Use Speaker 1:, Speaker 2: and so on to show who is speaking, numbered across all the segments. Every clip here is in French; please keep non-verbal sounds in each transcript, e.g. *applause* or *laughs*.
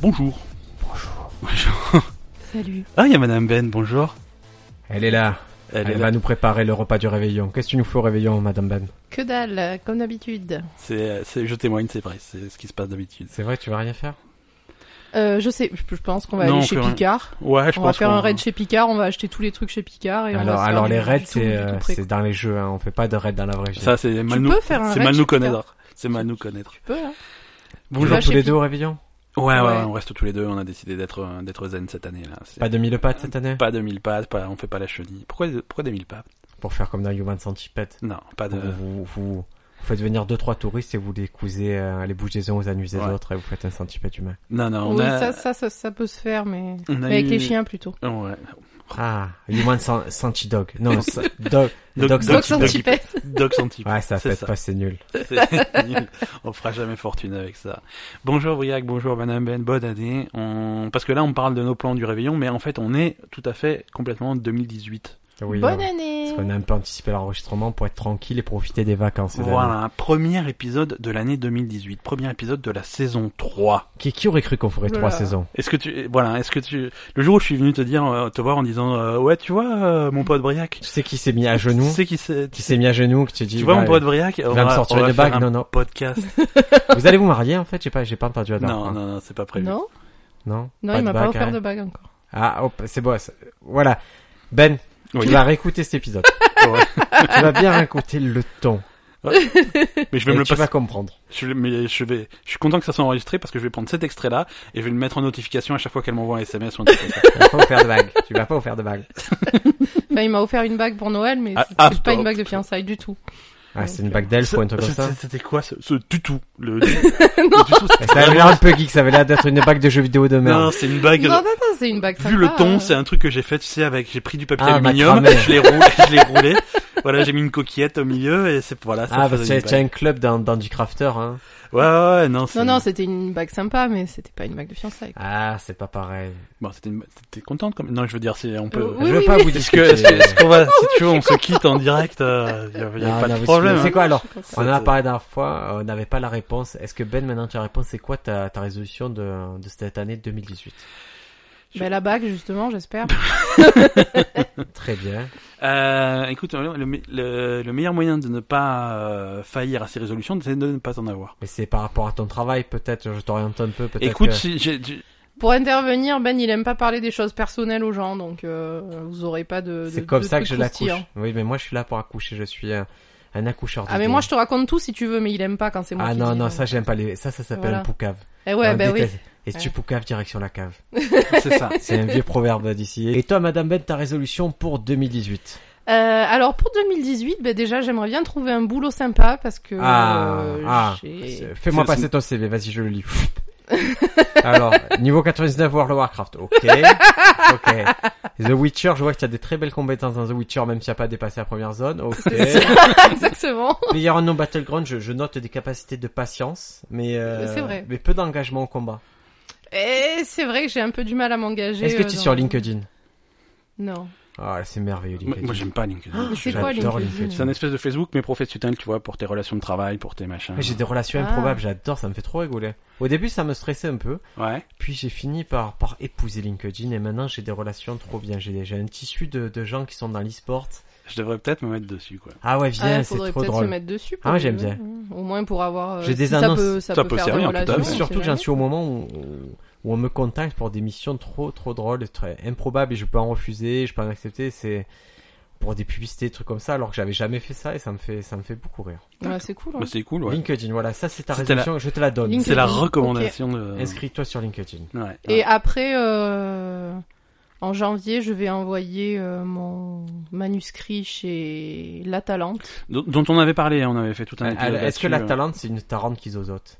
Speaker 1: Bonjour.
Speaker 2: Bonjour.
Speaker 1: Bonjour.
Speaker 3: Salut.
Speaker 1: Ah, il y a Madame Ben, bonjour.
Speaker 2: Elle est là.
Speaker 1: Elle
Speaker 2: Elle,
Speaker 1: est
Speaker 2: va
Speaker 1: là.
Speaker 2: nous préparer le repas du réveillon. Qu'est-ce que tu nous fais au réveillon, Madame Ben
Speaker 3: Que dalle, comme d'habitude.
Speaker 1: C'est, euh, c'est- je témoigne, c'est vrai, c'est ce qui se passe d'habitude.
Speaker 2: C'est vrai, tu vas rien faire
Speaker 3: Euh, je sais, je je pense qu'on va
Speaker 1: Non,
Speaker 3: aller
Speaker 1: on
Speaker 3: chez
Speaker 1: fait rien.
Speaker 3: Picard.
Speaker 1: Ouais, je
Speaker 3: on va
Speaker 1: pense
Speaker 3: faire
Speaker 1: qu'on-
Speaker 3: un raid chez Picard, on va acheter tous les trucs chez Picard et on va
Speaker 2: Alors,
Speaker 3: se faire
Speaker 2: alors
Speaker 3: des-
Speaker 2: les raids,
Speaker 3: du tout-
Speaker 2: c'est
Speaker 3: du tout
Speaker 2: euh,
Speaker 3: prêt,
Speaker 2: c'est
Speaker 3: quoi.
Speaker 2: dans les jeux. Hein. On fait pas de raids dans la vraie vie.
Speaker 1: Ça, c'est mal
Speaker 3: Tu
Speaker 1: nous,
Speaker 3: peux faire un
Speaker 1: c'est
Speaker 3: raid
Speaker 1: mal
Speaker 3: chez
Speaker 1: nous
Speaker 3: Picard.
Speaker 1: connaître. C'est mal nous connaître.
Speaker 3: Tu peux, hein
Speaker 2: Vous
Speaker 1: Bonjour.
Speaker 3: vas
Speaker 2: jouez tous
Speaker 3: chez
Speaker 2: les
Speaker 3: qui
Speaker 2: deux au réveillon
Speaker 1: Ouais, ouais,
Speaker 3: Ouais.
Speaker 1: on reste tous les deux, on a décidé d'être, euh, d'être zen cette année, là. C'est-
Speaker 2: Pas de mille pattes cette année
Speaker 1: Pas de mille pattes, pas, on fait pas la chenille. Pourquoi, pourquoi des mille pattes?
Speaker 2: Pour faire comme dans Human Centipede.
Speaker 1: Non, pas de,
Speaker 2: Vous, vous, vous- vous faites venir deux trois touristes et vous les cousez, euh, les bougez les uns aux anus des
Speaker 1: Ouais.
Speaker 2: autres et vous faites un centipède humain.
Speaker 1: non, non, on
Speaker 3: Oui,
Speaker 1: a,
Speaker 3: ça, ça, ça, ça peut se faire, mais,
Speaker 1: on a
Speaker 3: mais avec
Speaker 1: eu-
Speaker 3: les chiens plutôt.
Speaker 1: Ouais.
Speaker 2: Ah, Human Cent- Centidog. *laughs* Non, sa- dog, dog,
Speaker 1: Doc
Speaker 3: Donc
Speaker 2: Centipede.
Speaker 3: Centipede,
Speaker 1: Doc Santip.
Speaker 2: Ouais, ça
Speaker 1: c'est
Speaker 2: fait
Speaker 1: ça.
Speaker 2: pas, c'est nul.
Speaker 1: C'est *laughs* nul. on fera jamais fortune avec ça. Bonjour Briac, bonjour Madame Ben, bonne année. On... Parce que là, on parle de nos plans du réveillon, mais en fait, on est tout à fait complètement en 2018.
Speaker 2: Oui,
Speaker 3: bonne
Speaker 2: non.
Speaker 3: année
Speaker 2: Parce qu'on a un peu anticipé l'enregistrement pour être tranquille et profiter des vacances. cette année.
Speaker 1: Voilà, un premier épisode de l'année 2018, premier épisode de la saison 3.
Speaker 2: Qui, qui aurait cru qu'on ferait
Speaker 3: Oula.
Speaker 2: trois saisons
Speaker 1: Est-ce que tu, voilà, est-ce que tu, le jour où je suis venu te dire, euh, te voir en disant, euh, ouais, tu vois, euh, mon pote Briac,
Speaker 2: Tu sais qui s'est mis à genoux
Speaker 1: tu sais qui c'est,
Speaker 2: Qui s'est mis à genoux Qui t'est dit
Speaker 1: tu vois
Speaker 2: bah,
Speaker 1: mon pote Briac,
Speaker 2: Tu vas me sortir
Speaker 1: on va
Speaker 2: une
Speaker 1: faire
Speaker 2: bague
Speaker 1: un
Speaker 2: Non, non.
Speaker 1: podcast.
Speaker 2: Vous allez vous marier en fait J'ai pas, j'ai pas entendu Adam.
Speaker 1: non, non, non, c'est pas prévu.
Speaker 3: Non,
Speaker 2: Non,
Speaker 3: non il
Speaker 2: Pas de
Speaker 3: m'a pas
Speaker 2: bague,
Speaker 3: offert
Speaker 2: hein.
Speaker 3: de bague encore. *laughs*
Speaker 2: Ah, hop, c'est bon. c'est- Voilà. Ben,
Speaker 1: Oui.
Speaker 2: tu vas réécouter
Speaker 1: *laughs*
Speaker 2: cet épisode.
Speaker 1: Ouais.
Speaker 2: tu vas bien réécouter le ton.
Speaker 1: Mais je
Speaker 2: et
Speaker 1: vais me le
Speaker 2: tu
Speaker 1: passer.
Speaker 2: vas comprendre.
Speaker 1: Je, vais- mais je vais, je suis content que ça soit enregistré parce que je vais prendre cet extrait-là et je vais le mettre en notification à chaque fois qu'elle m'envoie un SMS ou un truc comme ça.
Speaker 2: Tu vas pas offert de bague. Tu vas pas offert
Speaker 3: *laughs*
Speaker 2: de bague.
Speaker 3: Enfin, Bah, il m'a offert une bague pour Noël, mais
Speaker 1: Ah,
Speaker 3: c'est
Speaker 1: ah,
Speaker 3: c'est pas
Speaker 1: oh.
Speaker 3: une bague de fiançailles du tout.
Speaker 2: Ah, c'est une bague d'elfe ou un truc comme ça.
Speaker 1: C'est- C'était quoi ce, ce tutu le, le
Speaker 3: *laughs*
Speaker 1: tutu, c'est-
Speaker 2: Et Ça avait l'air un peu geek. Ça avait l'air d'être une bague de jeux vidéo de merde.
Speaker 1: Non, c'est une bague.
Speaker 3: Non, non, non, c'est une bague
Speaker 1: Vu le
Speaker 3: sympa,
Speaker 1: ton,
Speaker 3: euh.
Speaker 1: c'est un truc que j'ai fait, tu sais, avec j'ai pris du papier
Speaker 2: Ah,
Speaker 1: aluminium,
Speaker 2: macramé.
Speaker 1: je l'ai roulé, *laughs* je l'ai roulé. Voilà, j'ai mis une coquillette au milieu et c'est voilà. Ça
Speaker 2: Ah,
Speaker 1: faisait
Speaker 2: parce que
Speaker 1: une
Speaker 2: tu as
Speaker 1: bague.
Speaker 2: un club dans, dans du crafter, hein.
Speaker 1: Ouais, ouais, ouais, non, c'est-
Speaker 3: Non, non, c'était une bague sympa, mais c'était pas une bague de fiançailles.
Speaker 2: Ah, c'est pas pareil.
Speaker 1: Bon, c'était une- t'es contente quand même. Non, je veux dire, c'est on peut.
Speaker 3: Euh,
Speaker 2: je
Speaker 3: Oui,
Speaker 2: veux
Speaker 3: oui,
Speaker 2: pas
Speaker 3: oui.
Speaker 2: vous
Speaker 1: Est-ce
Speaker 2: discuter.
Speaker 1: que, est-ce que- est-ce qu'on va, si tu veux, on se quitte en direct, euh, y a, y a
Speaker 2: Non,
Speaker 1: pas
Speaker 2: non,
Speaker 1: de
Speaker 2: vous-
Speaker 1: problème.
Speaker 2: c'est
Speaker 1: hein.
Speaker 2: quoi alors
Speaker 3: Je suis
Speaker 2: On en a
Speaker 1: Cette-
Speaker 2: parlé la dernière fois, euh, on n'avait pas la réponse. Est-ce que Ben, maintenant tu as la réponse C'est quoi ta, ta résolution de, de cette année 2018
Speaker 3: Ben, la bague, justement, j'espère.
Speaker 2: Très bien.
Speaker 1: Euh, écoute, le, le- le- le meilleur moyen de ne pas euh, faillir à ces résolutions, c'est de ne pas en avoir.
Speaker 2: Mais c'est par rapport à ton travail, peut-être. Je t'oriente un peu, peut-être.
Speaker 1: Écoute,
Speaker 2: que-
Speaker 1: si j'ai- j'ai-
Speaker 3: Pour intervenir, Ben, il aime pas parler des choses personnelles aux gens, donc euh, vous aurez pas de. de-
Speaker 2: c'est comme
Speaker 3: de
Speaker 2: ça que
Speaker 3: trucs
Speaker 2: je l'accouche.
Speaker 3: croustillants.
Speaker 2: Oui, mais moi je suis là pour accoucher. Je suis un, un accoucheur.
Speaker 3: Ah mais
Speaker 2: d'idées.
Speaker 3: moi je te raconte tout si tu veux, mais il aime pas quand c'est moi
Speaker 2: Ah
Speaker 3: qui
Speaker 2: non
Speaker 3: dis,
Speaker 2: non,
Speaker 3: donc.
Speaker 2: ça j'aime pas les. Ça ça s'appelle
Speaker 3: Voilà.
Speaker 2: un poucave.
Speaker 3: Eh ouais,
Speaker 2: On
Speaker 3: ben oui.
Speaker 2: déteste. Et si tu
Speaker 3: Ouais.
Speaker 2: poucaves direction la cave.
Speaker 1: c'est
Speaker 2: *laughs*
Speaker 1: ça.
Speaker 3: *laughs*
Speaker 2: C'est un vieux proverbe d'ici. Et toi, Madame Ben, ta résolution pour 2018
Speaker 3: Euh, alors pour 2018, ben déjà j'aimerais bien trouver un boulot sympa parce que
Speaker 2: Ah,
Speaker 3: euh,
Speaker 2: ah.
Speaker 3: *laughs* j'ai-
Speaker 2: Fais-moi
Speaker 1: C'est-
Speaker 2: passer
Speaker 1: c'est-
Speaker 2: ton CV, vas-y, je le lis. *laughs* Alors, niveau 99 World of Warcraft, ok. Ok. The Witcher, je vois que tu as des très belles compétences dans The Witcher, même si tu n'as pas dépassé la première zone, ok. *laughs*
Speaker 3: C'est exactement.
Speaker 2: Player non Battleground, je, je note des capacités de patience, mais, euh,
Speaker 3: C'est vrai.
Speaker 2: mais peu d'engagement au combat.
Speaker 3: Et c'est vrai que j'ai un peu du mal à m'engager.
Speaker 2: Est-ce que
Speaker 3: euh,
Speaker 2: tu es
Speaker 3: dans-
Speaker 2: sur LinkedIn
Speaker 3: Non.
Speaker 2: Ah, c'est merveilleux,
Speaker 1: Moi,
Speaker 2: LinkedIn.
Speaker 1: moi, j'aime pas LinkedIn.
Speaker 3: Ah, C'est quoi
Speaker 2: j'adore
Speaker 3: LinkedIn,
Speaker 2: LinkedIn.
Speaker 1: C'est un espèce de Facebook mais professionnel, tu vois, pour tes relations de travail, pour tes machins.
Speaker 2: Mais J'ai des relations
Speaker 3: Ah.
Speaker 2: improbables, j'adore, ça me fait trop rigoler. Au début, ça me stressait un peu,
Speaker 1: Ouais.
Speaker 2: Puis j'ai fini par, par épouser LinkedIn et maintenant j'ai des relations trop bien. J'ai j'ai un tissu de, de gens qui sont dans l'e-sport.
Speaker 1: Je devrais peut-être me mettre dessus, quoi.
Speaker 2: Ah ouais,
Speaker 3: Ah,
Speaker 2: viens,
Speaker 3: il
Speaker 2: c'est
Speaker 3: faudrait
Speaker 2: trop
Speaker 3: peut-être se
Speaker 2: drôle.
Speaker 3: mettre dessus.
Speaker 2: Ah,
Speaker 3: pour-
Speaker 2: j'aime bien.
Speaker 3: Au moins pour avoir. euh,
Speaker 2: J'ai des
Speaker 3: si
Speaker 2: annonces.
Speaker 3: Ça peut, ça
Speaker 1: Ça
Speaker 3: peut
Speaker 1: peut
Speaker 3: faire
Speaker 1: servir,
Speaker 3: des
Speaker 1: putain,
Speaker 3: relations,
Speaker 1: mais
Speaker 3: on sait
Speaker 2: surtout que j'en
Speaker 3: jamais.
Speaker 2: suis au moment où, où on me contacte pour des missions trop trop drôles, très improbables et je peux en refuser, je peux en accepter. C'est pour des publicités, des trucs comme ça, alors que j'avais jamais fait ça et ça me fait ça me fait beaucoup rire.
Speaker 3: Ouais, c'est cool. hein.
Speaker 1: Bah, c'est cool, ouais.
Speaker 2: LinkedIn, voilà, ça c'est ta
Speaker 1: C'était Euh,
Speaker 2: résolution, je te la donne.
Speaker 3: Link-
Speaker 1: C'est la
Speaker 3: LinkedIn,
Speaker 1: recommandation de.
Speaker 2: Inscris-toi sur LinkedIn.
Speaker 1: Ouais.
Speaker 3: Et après, euh, en janvier, je vais envoyer euh, mon manuscrit chez La Talente.
Speaker 1: Dont- Dont on avait parlé, hein, on avait fait tout un
Speaker 2: Ah,
Speaker 1: épisode.
Speaker 2: Est-ce
Speaker 1: là-dessus,
Speaker 2: que
Speaker 1: hein.
Speaker 2: la talente c'est une tarente qui zozote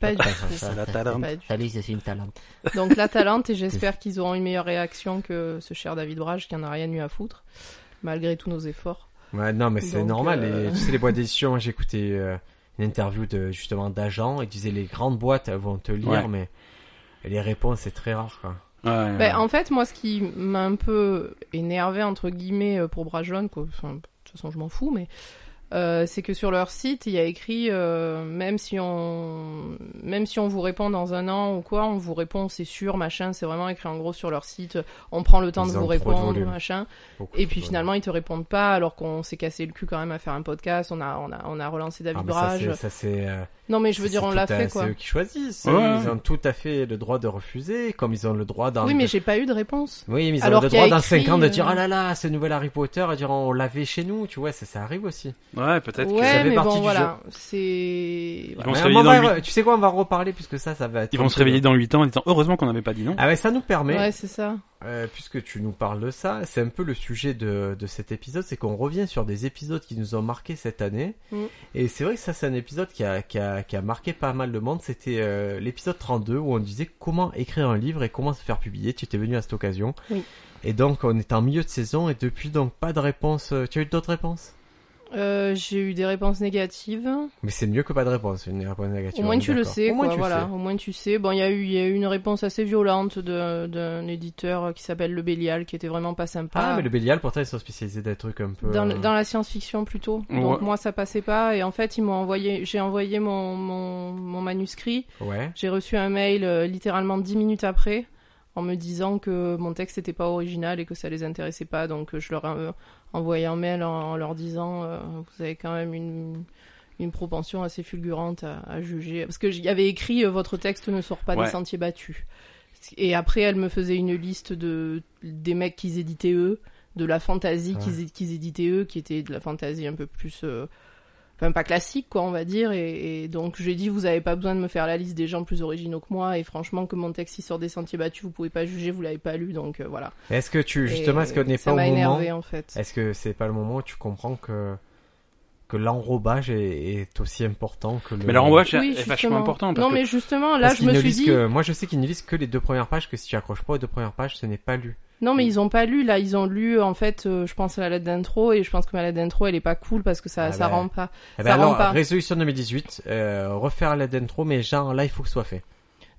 Speaker 3: Pas du
Speaker 2: Ah,
Speaker 3: tout.
Speaker 2: ça,
Speaker 1: euh, La talent.
Speaker 3: Pas du tout.
Speaker 2: Salut, c'est une talente.
Speaker 3: Donc La Talente,
Speaker 1: *laughs*
Speaker 3: et j'espère qu'ils auront une meilleure réaction que ce cher David Brage qui en a rien eu à foutre, malgré tous nos efforts.
Speaker 2: Ouais, non, mais c'est
Speaker 3: Donc,
Speaker 2: normal.
Speaker 3: euh,
Speaker 2: Et, tu sais, les
Speaker 3: *laughs*
Speaker 2: boîtes d'édition, moi, j'ai écouté euh, une interview de justement d'agents et disaient les grandes boîtes elles vont te lire,
Speaker 1: Ouais.
Speaker 2: mais les réponses c'est très rare. Quoi.
Speaker 1: Ouais, ouais.
Speaker 3: Ben, en fait, moi, ce qui m'a un peu énervé, entre guillemets, euh, pour Brajlon, quoi, enfin, de toute façon, je m'en fous, mais euh, c'est que sur leur site, il y a écrit euh, même si on même si on vous répond dans un an ou quoi, on vous répond, c'est sûr, machin. C'est vraiment écrit en gros sur leur site. On prend le temps
Speaker 2: Ils
Speaker 3: de
Speaker 2: ont
Speaker 3: vous
Speaker 2: trop de
Speaker 3: répondre,
Speaker 2: volume.
Speaker 3: machin.
Speaker 2: Beaucoup
Speaker 3: Et
Speaker 2: de
Speaker 3: puis
Speaker 2: choses.
Speaker 3: finalement, ils te répondent pas, alors qu'on s'est cassé le cul quand même à faire un podcast. On a on a on a relancé
Speaker 2: Ah,
Speaker 3: David
Speaker 2: mais ça,
Speaker 3: Brage.
Speaker 2: c'est- ça c'est. euh,
Speaker 3: non mais je veux
Speaker 2: ça,
Speaker 3: dire,
Speaker 2: c'est
Speaker 3: on l'a
Speaker 2: tout à-
Speaker 3: fait quoi.
Speaker 2: C'est eux qui choisissent.
Speaker 1: Ouais.
Speaker 2: Ils ont tout à fait le droit de refuser, comme ils ont le droit d'en-
Speaker 3: Oui, mais j'ai pas eu de réponse.
Speaker 2: Oui, mais ils
Speaker 3: Alors
Speaker 2: ont le
Speaker 3: qu'il y
Speaker 2: droit
Speaker 3: a
Speaker 2: dans
Speaker 3: écrit,
Speaker 2: 5 ans de
Speaker 3: euh,
Speaker 2: dire ah là là, ce nouvel Harry Potter, et dire on l'avait chez nous, tu vois, ça, ça arrive aussi.
Speaker 1: Ouais, peut-être que
Speaker 2: ça
Speaker 3: Ouais,
Speaker 2: fait
Speaker 3: mais
Speaker 2: partie
Speaker 3: bon
Speaker 2: du
Speaker 3: voilà, c'est
Speaker 1: Ils vont
Speaker 2: Mais
Speaker 1: se
Speaker 2: un
Speaker 1: réveiller
Speaker 2: moment,
Speaker 1: dans
Speaker 2: Tu sais quoi, on va en reparler puisque ça, ça va être.
Speaker 1: Ils
Speaker 2: un
Speaker 1: vont se
Speaker 2: peu-
Speaker 1: réveiller dans 8 ans en disant heureusement qu'on n'avait pas dit non.
Speaker 2: Ah ouais, ça nous permet,
Speaker 3: ouais c'est ça.
Speaker 2: euh, puisque tu nous parles de ça, c'est un peu le sujet de, de cet épisode, c'est qu'on revient sur des épisodes qui nous ont marqué cette année.
Speaker 3: Mm.
Speaker 2: Et c'est vrai que ça, c'est un épisode qui a, qui, a, qui a marqué pas mal de monde. C'était euh, l'épisode 32 où on disait comment écrire un livre et comment se faire publier. Tu étais venu à cette occasion.
Speaker 3: Oui.
Speaker 2: Et donc, on est en milieu de saison et depuis, donc, pas de réponse. Euh, Tu as eu d'autres réponses
Speaker 3: Euh, j'ai eu des réponses négatives.
Speaker 2: Mais c'est mieux que pas de réponse, une réponse
Speaker 3: Au
Speaker 2: négative.
Speaker 3: moins
Speaker 2: on est
Speaker 3: tu le
Speaker 2: Ah, d'accord.
Speaker 3: sais,
Speaker 2: Au moins
Speaker 3: quoi,
Speaker 2: tu
Speaker 3: voilà.
Speaker 2: le
Speaker 3: Au moins tu sais. Bon, il y a eu, il y a eu une réponse assez violente de- d'un éditeur qui s'appelle Le Bélial, qui était vraiment pas
Speaker 2: sais. Ah,
Speaker 3: sympa.
Speaker 2: mais le Bélial, pourtant, ils sont spécialisés dans des trucs un peu.
Speaker 3: dans, le-
Speaker 2: euh,
Speaker 3: dans la science-fiction plutôt.
Speaker 1: Ouais.
Speaker 3: Donc moi ça passait pas et en fait ils m'ont envoyé, j'ai envoyé mon, mon, mon manuscrit.
Speaker 2: euh, Ouais.
Speaker 3: J'ai reçu un mail euh, littéralement dix minutes après en me disant que mon texte n'était pas original et que ça les intéressait pas. Donc euh, je leur ai euh, envoyé un mail en, en leur disant euh, vous avez quand même une une propension assez fulgurante à, à juger parce que j'y avait écrit euh, votre texte ne sort pas
Speaker 1: Ouais.
Speaker 3: des sentiers battus. Et après elle me faisait une liste de des mecs qu'ils éditaient eux, de la fantasy
Speaker 2: Ouais.
Speaker 3: qu'ils é- qu'ils éditaient eux, qui était de la fantasy un peu plus euh, enfin pas classique quoi on va dire et, et donc j'ai dit vous avez pas besoin de me faire la liste des gens plus originaux que moi et franchement que mon texte il sort des sentiers battus vous pouvez pas juger vous l'avez pas lu donc euh, voilà
Speaker 2: Est-ce que tu, justement,
Speaker 3: Et
Speaker 2: est-ce qu'on n'est
Speaker 3: ça
Speaker 2: pas au
Speaker 3: m'a
Speaker 2: moment.
Speaker 3: énervé en fait
Speaker 2: Est-ce que c'est pas le moment où tu comprends que, que l'enrobage est, est aussi important que le.
Speaker 1: Mais leur embauche
Speaker 3: oui
Speaker 1: est vachement
Speaker 3: justement
Speaker 1: important. Parce
Speaker 3: non
Speaker 1: que
Speaker 3: mais justement là
Speaker 2: Parce
Speaker 3: je
Speaker 2: qu'ils
Speaker 3: me
Speaker 2: ne
Speaker 3: suis
Speaker 2: lisent
Speaker 3: dit
Speaker 2: que- moi je sais qu'ils ne lisent que les deux premières pages, que si tu accroches pas aux deux premières pages, ce n'est pas lu.
Speaker 3: non mais ils ont pas lu là ils ont lu en fait euh, je pense à la lettre d'intro et je pense que ma lettre d'intro elle est pas cool parce que ça
Speaker 2: Ah
Speaker 3: ça
Speaker 2: bah.
Speaker 3: rend pas Ça
Speaker 2: Eh ben
Speaker 3: rend
Speaker 2: alors,
Speaker 3: pas.
Speaker 2: résolution 2018, euh, refaire la d'intro, mais genre là il faut que ce soit fait.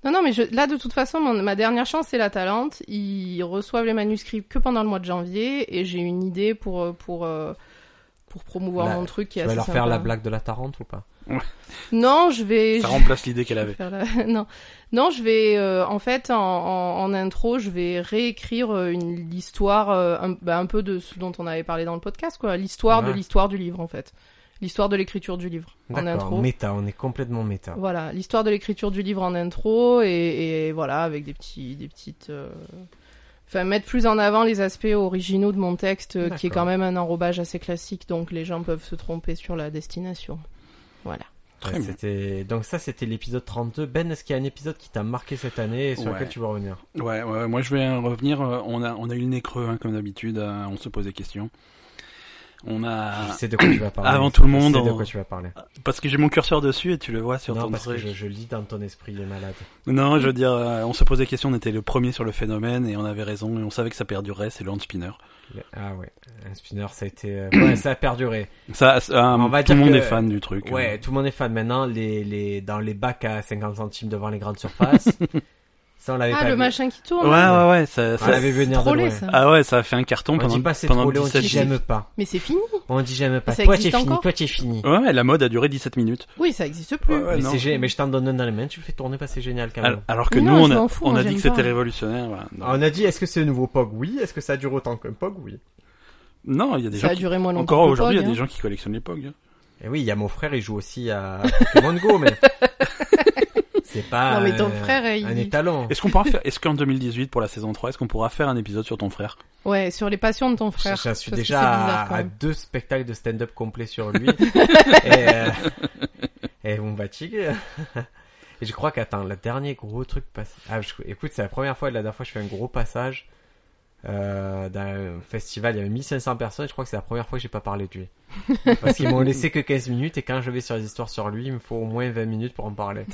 Speaker 3: non non mais je... là de toute façon mon- ma dernière chance c'est la Talente ils reçoivent les manuscrits que pendant le mois de janvier et j'ai une idée pour euh, pour euh, pour promouvoir
Speaker 2: La-
Speaker 3: mon truc qui est
Speaker 2: Bah, tu vas
Speaker 3: assez
Speaker 2: leur
Speaker 3: sympa.
Speaker 2: faire la blague de la Tarente ou pas
Speaker 3: Non, je vais.
Speaker 1: ça
Speaker 3: je-
Speaker 1: remplace l'idée qu'elle avait.
Speaker 3: faire la- *laughs* Non, non, je vais euh, en fait en, en, en intro, je vais réécrire euh, une l'histoire euh, un, bah, un peu de ce dont on avait parlé dans le podcast, quoi. L'histoire de
Speaker 2: Ouais.
Speaker 3: l'histoire du livre en fait, l'histoire de l'écriture du livre en
Speaker 2: D'accord,
Speaker 3: intro.
Speaker 2: méta, on est complètement méta.
Speaker 3: Voilà, l'histoire de l'écriture du livre en intro et, et voilà avec des petits, des petites. euh, Enfin, mettre plus en avant les aspects originaux de mon texte, euh, qui est
Speaker 2: D'accord.
Speaker 3: quand même un enrobage assez classique, donc les gens peuvent se tromper sur la destination. Voilà.
Speaker 1: Très
Speaker 2: Ouais,
Speaker 1: bien.
Speaker 2: c'était donc ça c'était l'épisode 32. Ben, est-ce qu'il y a un épisode qui t'a marqué cette année et sur
Speaker 1: Ouais.
Speaker 2: lequel tu veux revenir
Speaker 1: Ouais, ouais, ouais, moi je vais euh, revenir. euh, On a, on a eu le nez creux, hein, comme d'habitude. euh, On se pose des questions. On
Speaker 2: Je
Speaker 1: a.
Speaker 2: sais de quoi tu vas parler.
Speaker 1: Ah. Avant tout le
Speaker 2: Je sais
Speaker 1: monde,
Speaker 2: de
Speaker 1: on-
Speaker 2: quoi tu vas parler.
Speaker 1: Parce que j'ai mon curseur dessus et tu le vois sur
Speaker 2: non,
Speaker 1: ton
Speaker 2: parce que
Speaker 1: truc.
Speaker 2: je, je lis dans ton esprit, il est malade.
Speaker 1: Non, je veux dire, euh, on se pose des questions. On était le premier sur le phénomène et on avait raison. Et on savait que ça perdurerait. C'est le hand spinner.
Speaker 2: Le- Ah ouais, un spinner, ça a été, euh, ouais, ça a perduré.
Speaker 1: *coughs* Ça, ça, euh,
Speaker 2: On va
Speaker 1: tout le
Speaker 2: dire
Speaker 1: monde
Speaker 2: que-
Speaker 1: est fan du truc. euh.
Speaker 2: Ouais, tout le monde est fan maintenant. Les, les, dans les bacs à 50 centimes devant les
Speaker 1: *laughs*
Speaker 2: grandes surfaces, ça on l'avait
Speaker 3: Ah,
Speaker 2: pas
Speaker 3: le
Speaker 2: vu.
Speaker 3: machin qui
Speaker 1: Ouais,
Speaker 3: tourne.
Speaker 1: ouais, ouais. Ça,
Speaker 2: on
Speaker 1: ça-
Speaker 2: l'avait vu venir de
Speaker 3: Trop laid,
Speaker 2: loin.
Speaker 3: ça.
Speaker 1: Ah ouais, ça a fait un carton
Speaker 2: On
Speaker 1: pendant,
Speaker 2: dit pas c'est
Speaker 1: pendant
Speaker 2: trop laid, on
Speaker 1: 17
Speaker 2: dit
Speaker 1: minutes.
Speaker 2: j'aime pas.
Speaker 3: Mais c'est fini.
Speaker 2: On dit j'aime pas.
Speaker 3: ça
Speaker 2: Toi t'es
Speaker 3: existe
Speaker 2: fini,
Speaker 3: encore
Speaker 2: toi t'es fini.
Speaker 1: Ouais, ouais, la mode a duré 17 minutes.
Speaker 3: Oui, ça existe plus.
Speaker 1: Ouais, ouais.
Speaker 2: mais,
Speaker 1: non.
Speaker 2: c'est gé- mais je t'en donne un dans les mains, tu le fais tourner, pas c'est génial quand
Speaker 1: Al-
Speaker 2: même.
Speaker 1: Alors que
Speaker 3: Mais
Speaker 1: nous,
Speaker 3: non,
Speaker 1: on
Speaker 3: je
Speaker 1: a,
Speaker 3: m'en fous,
Speaker 1: on
Speaker 3: moi,
Speaker 1: a dit
Speaker 3: j'aime
Speaker 1: que c'était
Speaker 3: pas.
Speaker 1: révolutionnaire. voilà. Non.
Speaker 2: On a dit est-ce que c'est le nouveau POG Oui. Est-ce que ça dure autant qu'un POG Oui.
Speaker 1: Non, il y a des
Speaker 3: Ça
Speaker 1: gens.
Speaker 3: a
Speaker 1: qui-
Speaker 3: duré moins longtemps.
Speaker 1: Encore
Speaker 3: que
Speaker 1: aujourd'hui, il y a
Speaker 3: Pog,
Speaker 1: des
Speaker 3: hein.
Speaker 1: gens qui collectionnent les POG. hein.
Speaker 2: Et Eh oui, il y a mon frère, il joue aussi à Pokémon
Speaker 3: *laughs*
Speaker 2: Go, mais c'est pas
Speaker 3: Non, mais ton
Speaker 2: un-
Speaker 3: frère, il
Speaker 2: un
Speaker 3: dit-
Speaker 2: étalon.
Speaker 1: Est-ce qu'on pourra faire, est-ce qu'en 2018, pour la saison 3, est-ce qu'on pourra faire un épisode sur ton frère?
Speaker 3: hein. Ouais, sur les passions de ton frère.
Speaker 2: Je, je
Speaker 3: parce
Speaker 2: suis
Speaker 3: que
Speaker 2: déjà
Speaker 3: c'est
Speaker 2: à-
Speaker 3: bizarre, quand
Speaker 2: à,
Speaker 3: même.
Speaker 2: deux spectacles de stand-up complets sur
Speaker 3: *laughs*
Speaker 2: lui. et, euh, et vous me fatiguez. Et je crois qu'attends, le dernier gros truc passe. Ah, je- écoute, c'est la première fois, et la dernière fois, je fais un gros passage euh, d'un festival. Il y avait 1500 personnes. et Je crois que c'est la première fois que j'ai pas parlé de lui. *laughs* Parce qu'ils m'ont laissé que 15 minutes et quand je vais sur les histoires sur lui, il me faut au moins 20 minutes pour en *laughs* parler.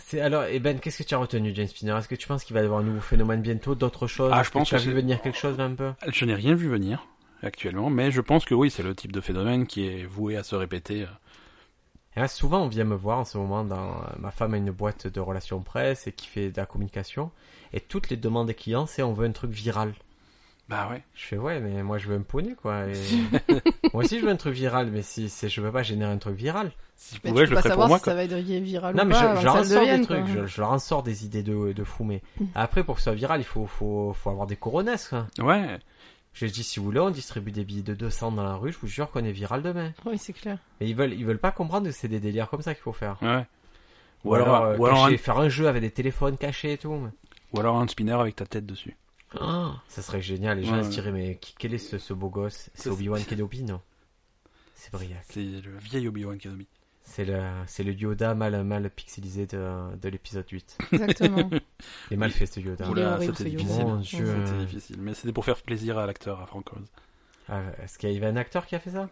Speaker 2: C'est alors, eh Ben, qu'est-ce que tu as retenu, James Spinner Est-ce que tu penses qu'il va y avoir un nouveau phénomène bientôt, d'autres choses
Speaker 1: Ah, je
Speaker 2: Est-ce
Speaker 1: pense
Speaker 2: que tu as
Speaker 1: que
Speaker 2: vu
Speaker 1: c'est-
Speaker 2: venir quelque chose d'un peu.
Speaker 1: Je n'ai rien vu venir, actuellement, mais je pense que oui, c'est le type de phénomène qui est voué à se répéter.
Speaker 2: Et là, Eh ben, souvent, on vient me voir en ce moment. Dans... euh, Ma femme a une boîte de relations presse et qui fait de la communication. Et toutes les demandes des clients, c'est on veut un truc viral.
Speaker 1: Bah ouais.
Speaker 2: Je fais ouais, mais moi je veux me pogner quoi.
Speaker 3: *laughs*
Speaker 2: Et... *laughs* moi aussi je veux un truc viral, mais si c'est je veux pas générer un truc viral.
Speaker 1: Si je
Speaker 3: Mais
Speaker 1: pouvais,
Speaker 3: tu
Speaker 1: je
Speaker 3: peux
Speaker 1: le
Speaker 3: pas
Speaker 1: ferais
Speaker 3: savoir
Speaker 1: pour moi.
Speaker 3: si
Speaker 1: quoi.
Speaker 3: ça va être viral
Speaker 2: non
Speaker 3: ou
Speaker 2: mais
Speaker 3: pas.
Speaker 2: je,
Speaker 3: avant que
Speaker 2: je leur
Speaker 3: ça Ah,
Speaker 2: en
Speaker 3: le hein.
Speaker 2: sors des
Speaker 3: devienne,
Speaker 2: trucs,
Speaker 3: quoi. Mm.
Speaker 2: je, je leur en sors des idées de, de fou, mais après pour que ce soit viral il faut, faut, faut avoir des couronnes quoi.
Speaker 1: Ouais.
Speaker 2: Je dis si vous voulez on distribue des billets de 200 dans la rue, je vous jure qu'on est viral demain.
Speaker 3: Oui, c'est clair.
Speaker 2: Mais ils veulent, ils veulent pas comprendre que c'est des délires comme ça qu'il faut faire.
Speaker 1: Ouais.
Speaker 2: Ou alors, euh,
Speaker 1: ou, alors un,
Speaker 2: cacher, faire un jeu avec des téléphones cachés et tout.
Speaker 1: ou alors un spinner avec ta tête dessus.
Speaker 2: Ah, ça serait génial, les gens
Speaker 1: Ouais.
Speaker 2: ils se diraient mais qui- quel est ce, ce beau gosse C'est
Speaker 1: Ça, *laughs*
Speaker 2: Obi-Wan Kenobi non C'est Briac.
Speaker 1: C'est le vieil Obi-Wan Kenobi.
Speaker 2: C'est le, c'est le Yoda mal, mal pixelisé de, de l'épisode 8. *laughs*
Speaker 3: Exactement.
Speaker 2: Les mal fait ce Yoda.
Speaker 3: Oula. horrible,
Speaker 1: c'était
Speaker 3: ce
Speaker 1: difficile.
Speaker 2: Mon Dieu.
Speaker 1: C'était difficile. Mais c'était pour faire plaisir à l'acteur, à Frank Oz.
Speaker 2: Ah, est-ce qu'il y avait un acteur qui a fait ça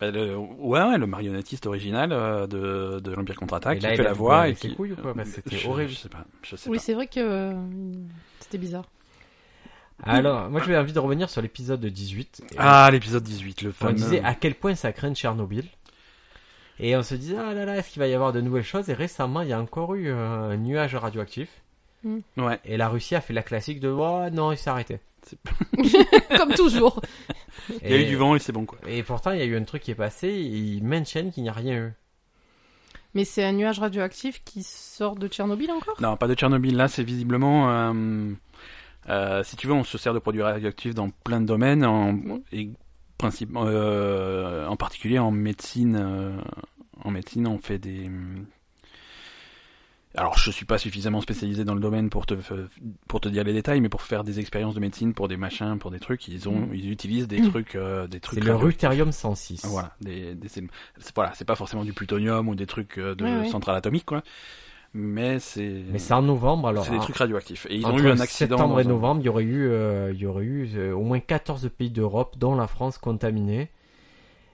Speaker 1: Bah, le- ouais, ouais, le marionnettiste original euh, de, de l'Empire contre-attaque
Speaker 2: Et
Speaker 1: qui
Speaker 2: là, il
Speaker 1: fait
Speaker 2: a
Speaker 1: la
Speaker 2: coupé
Speaker 1: voix
Speaker 2: avec
Speaker 1: et
Speaker 2: les
Speaker 1: qui. euh,
Speaker 2: couilles ou quoi Parce que c'était
Speaker 1: Je-
Speaker 2: horrible.
Speaker 1: Je sais pas. Je sais
Speaker 3: oui,
Speaker 1: pas.
Speaker 3: c'est vrai que euh, c'était bizarre. *laughs*
Speaker 2: Alors, moi j'avais envie de revenir sur l'épisode de 18. Et
Speaker 1: Ah, l'épisode 18, le
Speaker 2: on
Speaker 1: fameux.
Speaker 2: disait à quel point ça craint Tchernobyl. Et on se disait, ah là là, est-ce qu'il va y avoir de nouvelles choses Et récemment, il y a encore eu euh, un nuage radioactif.
Speaker 1: Ouais.
Speaker 2: Et la Russie a fait la classique de, oh non, il s'est arrêté.
Speaker 3: Comme toujours.
Speaker 1: Il y a
Speaker 2: Et-
Speaker 1: eu du vent et c'est bon, quoi.
Speaker 2: Et pourtant, il y a eu un truc qui est passé, et ils maintiennent qu'il n'y a rien eu.
Speaker 3: Mais c'est un nuage radioactif qui sort de Tchernobyl encore
Speaker 1: Non, pas de Tchernobyl. Là, c'est visiblement. euh, euh, si tu veux, on se sert de produits radioactifs dans plein de domaines, en, et principe, euh, en particulier en médecine. euh, en médecine, on fait des. Alors, je suis pas suffisamment spécialisé dans le domaine pour te pour te dire les détails, mais pour faire des expériences de médecine, pour des machins, pour des trucs, ils ont ils utilisent des trucs euh, des
Speaker 2: Mm. C'est
Speaker 1: trucs.
Speaker 2: le
Speaker 1: radio-
Speaker 2: Rutérium 106.
Speaker 1: Voilà, des, des- c'est c'est- voilà, c'est pas forcément du plutonium ou des trucs euh, de
Speaker 3: Ouais, ouais.
Speaker 1: centrale atomique quoi, mais c'est
Speaker 2: Mais c'est en novembre, alors.
Speaker 1: c'est des
Speaker 2: en-
Speaker 1: trucs radioactifs. Et ils ont
Speaker 2: Entre
Speaker 1: eu un accident.
Speaker 2: Septembre et
Speaker 1: dans un-
Speaker 2: novembre, il y aurait eu, euh, il y aurait eu euh, au moins 14 pays d'Europe, dont la France, contaminés.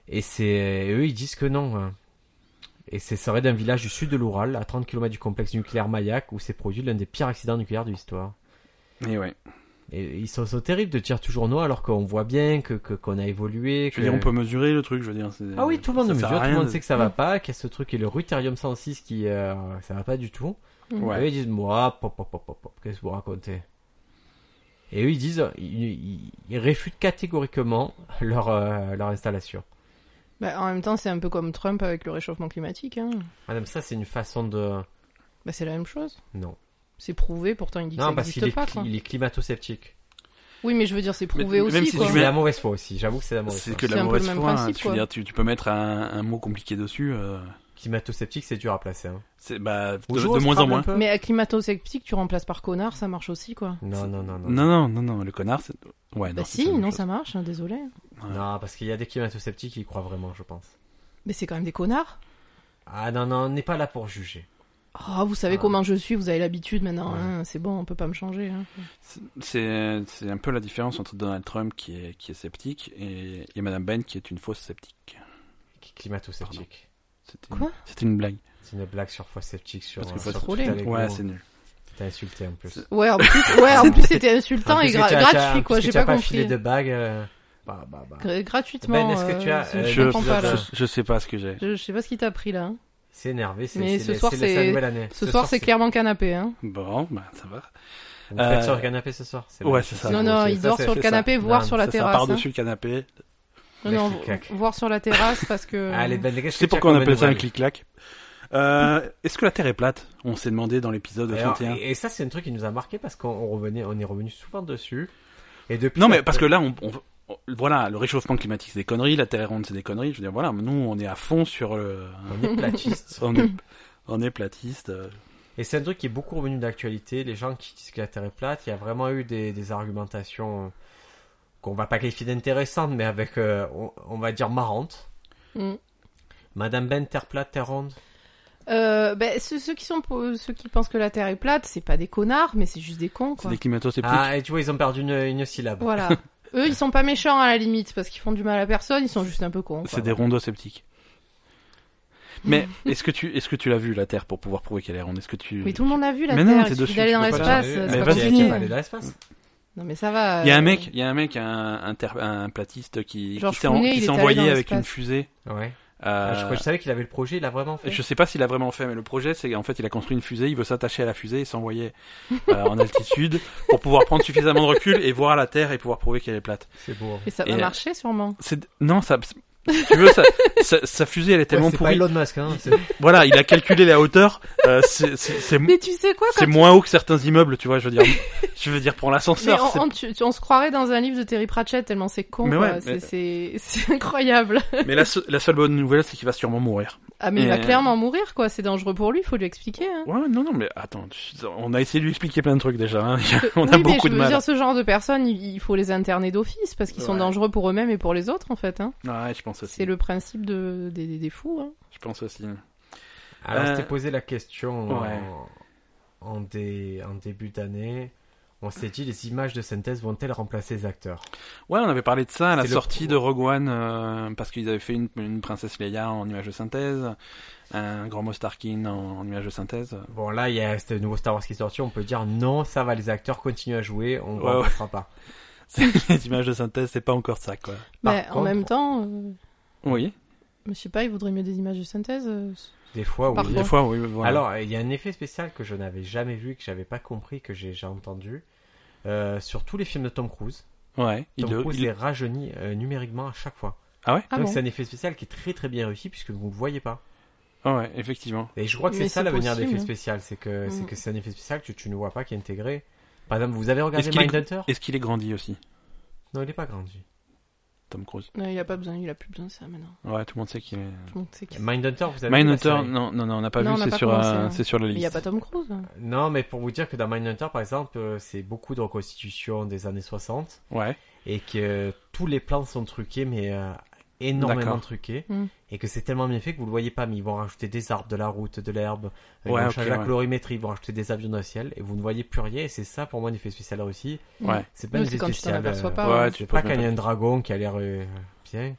Speaker 2: Et c'est eux, ils disent que non. hein. Et c'est serait d'un village du sud de l'Oural, à 30 km du complexe nucléaire Mayak, où s'est produit l'un des pires accidents nucléaires de l'histoire.
Speaker 1: Et ouais.
Speaker 2: Et ils sont, sont terribles de dire toujours non, alors qu'on voit bien que que- qu'on a évolué.
Speaker 1: Je
Speaker 2: Que...
Speaker 1: veux dire, on peut mesurer le truc. Je veux dire. c'est-
Speaker 2: euh, Ah oui, tout le monde
Speaker 1: ça
Speaker 2: le
Speaker 1: sert à
Speaker 2: mesure, tout le
Speaker 1: rien
Speaker 2: monde
Speaker 1: de-
Speaker 2: sait que ça va pas, qu'il y a ce truc et le rutérium 106 qui, euh, ça va pas du tout. Et eux,
Speaker 1: Ouais.
Speaker 2: ils disent, moi, pop, pop, pop, pop, pop, qu'est-ce que vous racontez Et eux, ils disent, ils, ils- ils réfutent catégoriquement leur, euh, leur installation.
Speaker 3: Bah, En même temps, c'est un peu comme Trump avec le réchauffement climatique. Hein.
Speaker 2: Madame, ça, c'est une façon de...
Speaker 3: Bah, c'est la même chose.
Speaker 2: Non.
Speaker 3: C'est prouvé, pourtant il dit que
Speaker 2: non,
Speaker 3: ça
Speaker 2: parce qu'il
Speaker 3: n'existe
Speaker 2: est,
Speaker 3: pas.
Speaker 2: cli-
Speaker 3: Quoi.
Speaker 2: il est climato-sceptique.
Speaker 3: Oui, mais je veux dire, c'est
Speaker 1: Mais-
Speaker 3: prouvé
Speaker 1: même
Speaker 3: aussi.
Speaker 1: si
Speaker 3: quoi.
Speaker 1: tu
Speaker 2: C'est
Speaker 1: mets-
Speaker 2: la mauvaise foi aussi, j'avoue que c'est la mauvaise
Speaker 1: C'est
Speaker 2: foi.
Speaker 1: que de
Speaker 3: C'est
Speaker 1: la
Speaker 3: un peu
Speaker 1: mauvaise
Speaker 3: le même
Speaker 1: foi. hein.
Speaker 3: principe,
Speaker 1: Tu veux
Speaker 3: quoi.
Speaker 1: dire, tu, tu peux mettre un, un mot compliqué dessus. euh,
Speaker 2: Climato-sceptique, c'est dur à placer. Hein.
Speaker 1: c'est bah
Speaker 2: Ou
Speaker 1: de,
Speaker 2: jouer au
Speaker 1: de moins en
Speaker 2: Scrabble un
Speaker 1: moins.
Speaker 2: peu
Speaker 3: Mais à climato-sceptique, tu remplaces par connard, ça marche aussi, quoi.
Speaker 2: Non, non, non, non.
Speaker 1: Non, non, non, non. Le connard, c'est ouais.
Speaker 3: bah
Speaker 1: non, c'est
Speaker 3: si,
Speaker 1: la même
Speaker 3: non,
Speaker 1: chose.
Speaker 3: ça marche, hein, désolé.
Speaker 2: Non, parce qu'il y a des climato-sceptiques qui y croient vraiment, je pense.
Speaker 3: Mais c'est quand même des connards.
Speaker 2: Ah non, non, on n'est pas là pour juger.
Speaker 3: Oh, vous savez
Speaker 2: Ah.
Speaker 3: comment je suis, vous avez l'habitude maintenant,
Speaker 2: Ouais.
Speaker 3: hein, c'est bon, on peut pas me changer. hein.
Speaker 1: C'est c'est un peu la différence entre Donald Trump qui est qui est sceptique et, et Madame Ben qui est une fausse sceptique.
Speaker 2: Qui- Climato-sceptique.
Speaker 1: C'était une-
Speaker 3: Quoi
Speaker 1: C'était une blague.
Speaker 2: C'est une blague sur foi sceptique, sur...
Speaker 1: Parce que
Speaker 2: euh,
Speaker 1: faut
Speaker 2: sur
Speaker 3: se
Speaker 2: tout
Speaker 3: rouler.
Speaker 2: avec
Speaker 1: Ouais,
Speaker 2: nous.
Speaker 1: c'est nul.
Speaker 2: T'as insulté en plus.
Speaker 3: Ouais, en plus, ouais, en plus c'était insultant
Speaker 2: En
Speaker 3: et
Speaker 2: plus que
Speaker 3: gra-
Speaker 2: tu as- tu as- en
Speaker 3: gratuit, quoi,
Speaker 2: plus que
Speaker 3: j'ai
Speaker 2: tu as
Speaker 3: pas,
Speaker 2: pas
Speaker 3: compris. hein.
Speaker 2: filé de bague. euh, Bah, bah, bah.
Speaker 3: Gra- gratuitement,
Speaker 2: Ben, est-ce que tu as,
Speaker 3: euh,
Speaker 2: euh,
Speaker 3: je
Speaker 1: Eh, Je,
Speaker 3: comprends pas, là.
Speaker 1: je, je sais pas ce que j'ai.
Speaker 3: Je, je sais pas ce qui t'a pris, là. hein.
Speaker 2: C'est énervé, c'est
Speaker 3: Mais
Speaker 2: c'est
Speaker 3: ce
Speaker 2: la-
Speaker 3: soir,
Speaker 2: c'est la
Speaker 3: c'est-
Speaker 2: nouvelle année.
Speaker 3: Ce, soir, c'est clairement canapé, hein.
Speaker 1: Bon, bah ça va.
Speaker 2: Vous faites
Speaker 1: Euh,
Speaker 2: sur le canapé ce soir c'est
Speaker 1: ouais,
Speaker 2: vrai.
Speaker 1: c'est ça.
Speaker 3: non,
Speaker 1: bon,
Speaker 3: non,
Speaker 2: c'est-
Speaker 3: il
Speaker 2: ça,
Speaker 3: dort
Speaker 2: c'est-
Speaker 3: sur le
Speaker 2: c'est ça.
Speaker 3: canapé, voire
Speaker 2: Non,
Speaker 3: sur
Speaker 1: ça,
Speaker 3: la
Speaker 1: ça
Speaker 3: terrasse.
Speaker 1: part
Speaker 3: hein.
Speaker 1: dessus le canapé.
Speaker 3: Non,
Speaker 2: Les
Speaker 3: non,
Speaker 2: clics-clacs.
Speaker 3: voir sur la terrasse parce que.
Speaker 2: Allez, ben, les gars, je
Speaker 1: C'est
Speaker 2: te tiens
Speaker 1: pourquoi on
Speaker 2: comme
Speaker 1: appelle ça un
Speaker 2: nouvelle.
Speaker 1: clic-clac. Euh, Est-ce que la Terre est plate On s'est demandé dans l'épisode
Speaker 2: Et alors,
Speaker 1: 31.
Speaker 2: Et, et ça, c'est un truc qui nous a marqué parce qu'on on revenait, on est revenu souvent dessus. Et depuis.
Speaker 1: Non, mais parce que là, on, on- on- voilà, le réchauffement climatique, c'est des conneries. La Terre est ronde, c'est des conneries. Je veux dire, voilà, nous, on est à fond sur le.
Speaker 2: On est platiste.
Speaker 1: On est, on est platiste. euh.
Speaker 2: Et c'est un truc qui est beaucoup revenu d'actualité. Les gens qui disent que la Terre est plate, il y a vraiment eu des, des argumentations qu'on va pas qualifier d'intéressantes, mais avec, euh, on, on va dire marrantes.
Speaker 3: Mm.
Speaker 2: Madame Ben, Terre plate, Terre ronde.
Speaker 3: Euh, ben, ceux, ceux qui sont pour- ceux qui pensent que la Terre est plate, c'est pas des connards, mais c'est juste des cons,
Speaker 1: C'est
Speaker 3: quoi.
Speaker 1: des climato-sceptiques.
Speaker 2: Ah, et tu vois, ils ont perdu une, une syllabe.
Speaker 3: Voilà.
Speaker 2: *laughs*
Speaker 3: Eux, ils sont pas méchants à la limite parce qu'ils font du mal à personne, ils sont juste un peu cons. quoi.
Speaker 1: c'est des rondo-sceptiques.
Speaker 3: *laughs*
Speaker 1: Mais est-ce que tu est-ce que tu l'as vu la Terre pour pouvoir prouver qu'elle est ronde Est-ce que tu
Speaker 3: Mais tout le monde a vu la
Speaker 1: Mais non,
Speaker 3: Terre.
Speaker 1: t'es
Speaker 3: il
Speaker 1: dessus,
Speaker 3: suffit d'aller
Speaker 1: tu
Speaker 3: dans
Speaker 1: peux
Speaker 2: Pas
Speaker 3: l'espace.
Speaker 2: dans
Speaker 3: euh,
Speaker 2: les-
Speaker 1: Mais
Speaker 3: C'est pas
Speaker 1: vas-y,
Speaker 3: compliqué.
Speaker 2: t'es pas allé dans l'espace.
Speaker 3: Non mais ça va.
Speaker 1: Il y a
Speaker 3: euh,
Speaker 1: un mec, il y a un mec, un, un, ter- un platiste qui, qui
Speaker 3: Georges
Speaker 1: s'est en-
Speaker 3: Clooney,
Speaker 1: qui
Speaker 3: il
Speaker 1: s'est
Speaker 3: est allé
Speaker 1: envoyé
Speaker 3: dans
Speaker 1: avec une
Speaker 3: l'espace.
Speaker 1: fusée euh,
Speaker 2: Ouais. Ah, je, crois- je savais qu'il avait le projet, il l'a vraiment fait.
Speaker 1: Je sais pas s'il a vraiment fait, mais le projet, c'est en fait, il a construit une fusée, il veut s'attacher à la fusée et s'envoyer euh,
Speaker 3: *laughs*
Speaker 1: en altitude pour pouvoir prendre suffisamment de recul et voir la Terre et pouvoir prouver qu'elle est plate.
Speaker 2: C'est beau. hein.
Speaker 3: Et ça va
Speaker 1: Et-
Speaker 3: marcher sûrement.
Speaker 1: C'est non, ça, tu
Speaker 3: *laughs*
Speaker 1: veux, sa, sa- sa fusée, elle est tellement
Speaker 2: Ouais, c'est pas
Speaker 1: pourrie.
Speaker 2: Elon Musk, hein. c'est-
Speaker 1: Voilà, il a calculé la hauteur. euh, c'est c'est- c'est-
Speaker 3: Mais tu sais quoi
Speaker 1: c'est
Speaker 3: quand
Speaker 1: moins haut que certains immeubles, tu vois. Je veux
Speaker 3: *laughs*
Speaker 1: dire, je veux dire pour
Speaker 3: Mais
Speaker 1: l'ascenseur.
Speaker 3: on, on- tu- tu- on se croirait dans un livre de Terry Pratchett tellement c'est con.
Speaker 1: Mais
Speaker 3: quoi.
Speaker 1: ouais,
Speaker 3: C'est-
Speaker 1: mais-
Speaker 3: c'est *laughs* c'est incroyable.
Speaker 1: c'est- Mais la, se- la seule bonne nouvelle, c'est qu'il va sûrement mourir.
Speaker 3: Ah mais il va
Speaker 1: Et-
Speaker 3: clairement mourir quoi. C'est dangereux pour lui. Faut lui expliquer. hein.
Speaker 1: Ouais, non, non, mais attends, tu- on a essayé de lui expliquer plein de trucs déjà. hein. *laughs* On
Speaker 3: Oui,
Speaker 1: a
Speaker 3: mais
Speaker 1: beaucoup
Speaker 3: je
Speaker 1: de
Speaker 3: veux
Speaker 1: mal.
Speaker 3: dire, ce genre de personnes, il il faut les interner d'office parce qu'ils sont
Speaker 1: Ouais.
Speaker 3: dangereux pour eux-mêmes et pour les autres, en fait. Hein.
Speaker 1: Ouais, je pense aussi.
Speaker 3: C'est le principe de, des, des- des fous. Hein.
Speaker 1: Je pense aussi.
Speaker 2: Alors,
Speaker 1: Euh,
Speaker 2: on s'était posé la question
Speaker 1: ouais.
Speaker 2: en, en dé- en début d'année. On s'est dit, les images de synthèse vont-elles remplacer les acteurs
Speaker 1: Ouais, on avait parlé de ça à la
Speaker 2: C'est le-
Speaker 1: sortie de Rogue One, euh, parce qu'ils avaient fait une, une princesse Leia en image de synthèse, un grand Moff Tarkin en, en image de
Speaker 3: *laughs*
Speaker 1: synthèse. *laughs*
Speaker 2: Bon, là, il y a ce nouveau Star Wars qui est sorti. On peut dire, non, ça va, les acteurs continuent à jouer. On ne
Speaker 1: Ouais, ouais.
Speaker 2: remplacera pas.
Speaker 1: C'est- Les images de synthèse, c'est pas encore ça, quoi.
Speaker 2: Par
Speaker 3: Mais en
Speaker 2: contre-
Speaker 3: même temps, euh,
Speaker 1: Oui,
Speaker 3: je sais pas, il vaudrait mieux des images de synthèse. euh,
Speaker 2: Des fois, oui.
Speaker 3: Par
Speaker 1: des
Speaker 3: contre-
Speaker 1: fois, oui. voilà.
Speaker 2: Alors, il y a un effet spécial que je n'avais jamais vu, que j'avais pas compris, que j'ai j'ai entendu. Euh, sur tous les films de Tom Cruise,
Speaker 1: ouais, il,
Speaker 2: Tom
Speaker 1: le-
Speaker 2: Cruise
Speaker 1: il-
Speaker 2: est rajeuni euh, numériquement à chaque fois.
Speaker 3: Ah
Speaker 2: Donc
Speaker 3: bon
Speaker 2: c'est un effet spécial qui est très très bien réussi puisque vous ne le voyez pas.
Speaker 1: ah ouais, effectivement.
Speaker 2: Et je crois que
Speaker 3: Mais
Speaker 2: c'est ça
Speaker 3: c'est
Speaker 2: l'avenir
Speaker 3: possible,
Speaker 2: d'effet
Speaker 3: hein.
Speaker 2: spécial, c'est que c'est
Speaker 3: Mm.
Speaker 2: que c'est un effet spécial que tu ne vois pas qui est intégré. Par exemple, vous avez regardé
Speaker 1: Est-ce qu'il est-
Speaker 2: Mindhunter
Speaker 1: Est-ce qu'il est grandi aussi,
Speaker 2: Non, il n'est pas grandi.
Speaker 1: Tom Cruise
Speaker 3: Non, Euh, il a pas besoin, il a plus besoin de ça maintenant.
Speaker 1: Ouais, tout le monde sait qu'il est.
Speaker 3: Tout le monde sait qu'il-
Speaker 2: Mindhunter, vous avez vu la
Speaker 1: Mindhunter,
Speaker 2: série
Speaker 1: non, non, non, on n'a pas
Speaker 3: Non, on
Speaker 1: vu,
Speaker 3: n'a
Speaker 1: c'est
Speaker 3: pas
Speaker 1: sur,
Speaker 3: commencé,
Speaker 1: euh,
Speaker 3: hein.
Speaker 1: c'est sur la
Speaker 3: Mais il y a
Speaker 1: liste.
Speaker 3: pas Tom Cruise. hein.
Speaker 2: Non, mais pour vous dire que dans Mindhunter par exemple, euh, c'est beaucoup de reconstitution des années 60
Speaker 1: Ouais,
Speaker 2: et que euh, tous les plans sont truqués mais euh, énormément
Speaker 1: D'accord.
Speaker 2: truqués
Speaker 3: Mm.
Speaker 2: et que c'est tellement bien fait que vous le voyez pas mais ils vont rajouter des arbres, de la route, de l'herbe, euh, ils
Speaker 1: Ouais,
Speaker 2: vont
Speaker 1: ok,
Speaker 2: changer la
Speaker 1: ouais.
Speaker 2: colorimétrie, ils vont rajouter des avions dans le ciel et vous ne voyez plus rien et c'est ça pour moi un effet spécial réussi.
Speaker 1: ouais.
Speaker 2: C'est pas
Speaker 3: Non,
Speaker 2: un
Speaker 3: c'est
Speaker 2: effet
Speaker 3: quand tu t'en
Speaker 2: spécial.
Speaker 3: aperçois
Speaker 2: euh,
Speaker 3: pas. Ah
Speaker 1: ouais,
Speaker 3: ouais.
Speaker 1: tu te poses
Speaker 2: Pas quand
Speaker 1: même
Speaker 2: il y a
Speaker 1: pas.
Speaker 2: un dragon qui a l'air euh, bien.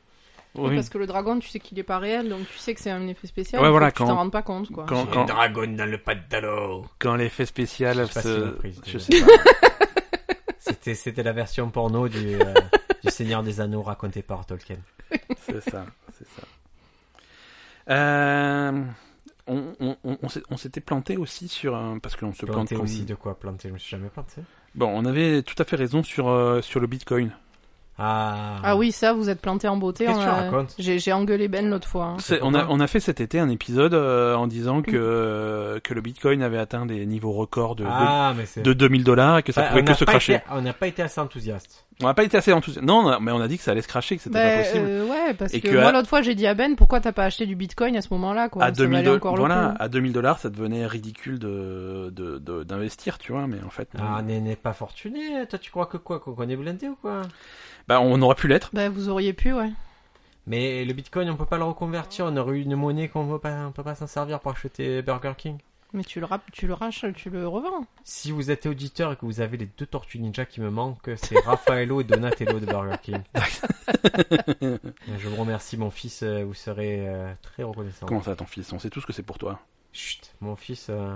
Speaker 3: Oui,
Speaker 1: Oui.
Speaker 3: Parce que le dragon, tu sais qu'il est pas réel, donc tu sais que c'est un effet spécial.
Speaker 1: Ouais,
Speaker 3: il faut
Speaker 1: voilà,
Speaker 3: que Tu
Speaker 1: quand-
Speaker 3: t'en rends pas compte, quoi.
Speaker 1: Quand, quand,
Speaker 2: dragon dans le pas de Dalo.
Speaker 1: quand l'effet spécial
Speaker 2: Je sais pas si
Speaker 1: se-
Speaker 2: ma prise,
Speaker 1: je
Speaker 2: déjà.
Speaker 1: sais pas.
Speaker 2: C'était, c'était la version porno du, euh, du Seigneur des Anneaux raconté par Tolkien.
Speaker 1: C'est ça, c'est ça. Euh, on on, on, on s'est- on s'était planté aussi sur un- parce qu'on se plante
Speaker 2: Planté
Speaker 1: comme-
Speaker 2: aussi de quoi Planté, je me suis jamais planté.
Speaker 1: Bon, on avait tout à fait raison sur euh, sur le Bitcoin.
Speaker 2: Ah,
Speaker 3: Ah oui, ça, vous êtes planté en beauté.
Speaker 2: Qu'est-ce
Speaker 3: on
Speaker 2: que tu
Speaker 3: a-
Speaker 2: racontes
Speaker 3: J'ai j'ai engueulé Ben l'autre fois. hein.
Speaker 1: C'est-
Speaker 2: pourquoi
Speaker 1: On a on a fait cet été un épisode euh, en disant que euh, que le Bitcoin avait atteint des niveaux records de
Speaker 2: Ah, mais c'est.
Speaker 1: de, de 2000 dollars et que ça
Speaker 2: Bah,
Speaker 1: pouvait
Speaker 2: on
Speaker 1: que
Speaker 2: n'a
Speaker 1: se
Speaker 2: pas
Speaker 1: cracher.
Speaker 2: été- on n'a pas été assez enthousiaste.
Speaker 1: On n'a pas été assez enthousiaste. Non, on a- mais on a dit que ça allait se cracher, que c'était
Speaker 2: Bah,
Speaker 3: Ben,
Speaker 1: pas possible.
Speaker 3: euh, ouais, parce
Speaker 1: Et
Speaker 3: que,
Speaker 1: que à-
Speaker 3: moi l'autre fois j'ai dit à Ben pourquoi t'as pas acheté du bitcoin à ce moment-là quoi.
Speaker 1: à
Speaker 3: Ça
Speaker 1: 2000
Speaker 3: valait
Speaker 1: dollars,
Speaker 3: encore le
Speaker 1: voilà,
Speaker 3: coup.
Speaker 1: à 2000 dollars, ça devenait ridicule de de- de- d'investir, tu vois. Mais en fait, euh,
Speaker 2: Ah, on n'est- n'est pas fortuné. Toi, tu crois que quoi Qu'on qu'on est blindé ou quoi
Speaker 1: bah, on aurait pu l'être.
Speaker 3: Ben, vous auriez pu, ouais.
Speaker 2: Mais le bitcoin, on peut pas le reconvertir. On aurait eu une monnaie qu'on peut pas, on peut pas s'en servir pour acheter Burger King.
Speaker 3: Mais tu le, rap- tu le rachètes, tu le revends.
Speaker 2: Si vous êtes auditeur et que vous avez les deux tortues ninja qui me manquent,
Speaker 1: *laughs*
Speaker 2: c'est Raffaello et Donatello de Burger King. Je vous remercie, mon fils, euh, vous serez euh, très reconnaissant.
Speaker 1: Comment ça, ton fils On sait tous que c'est pour toi.
Speaker 2: Chut, mon fils euh,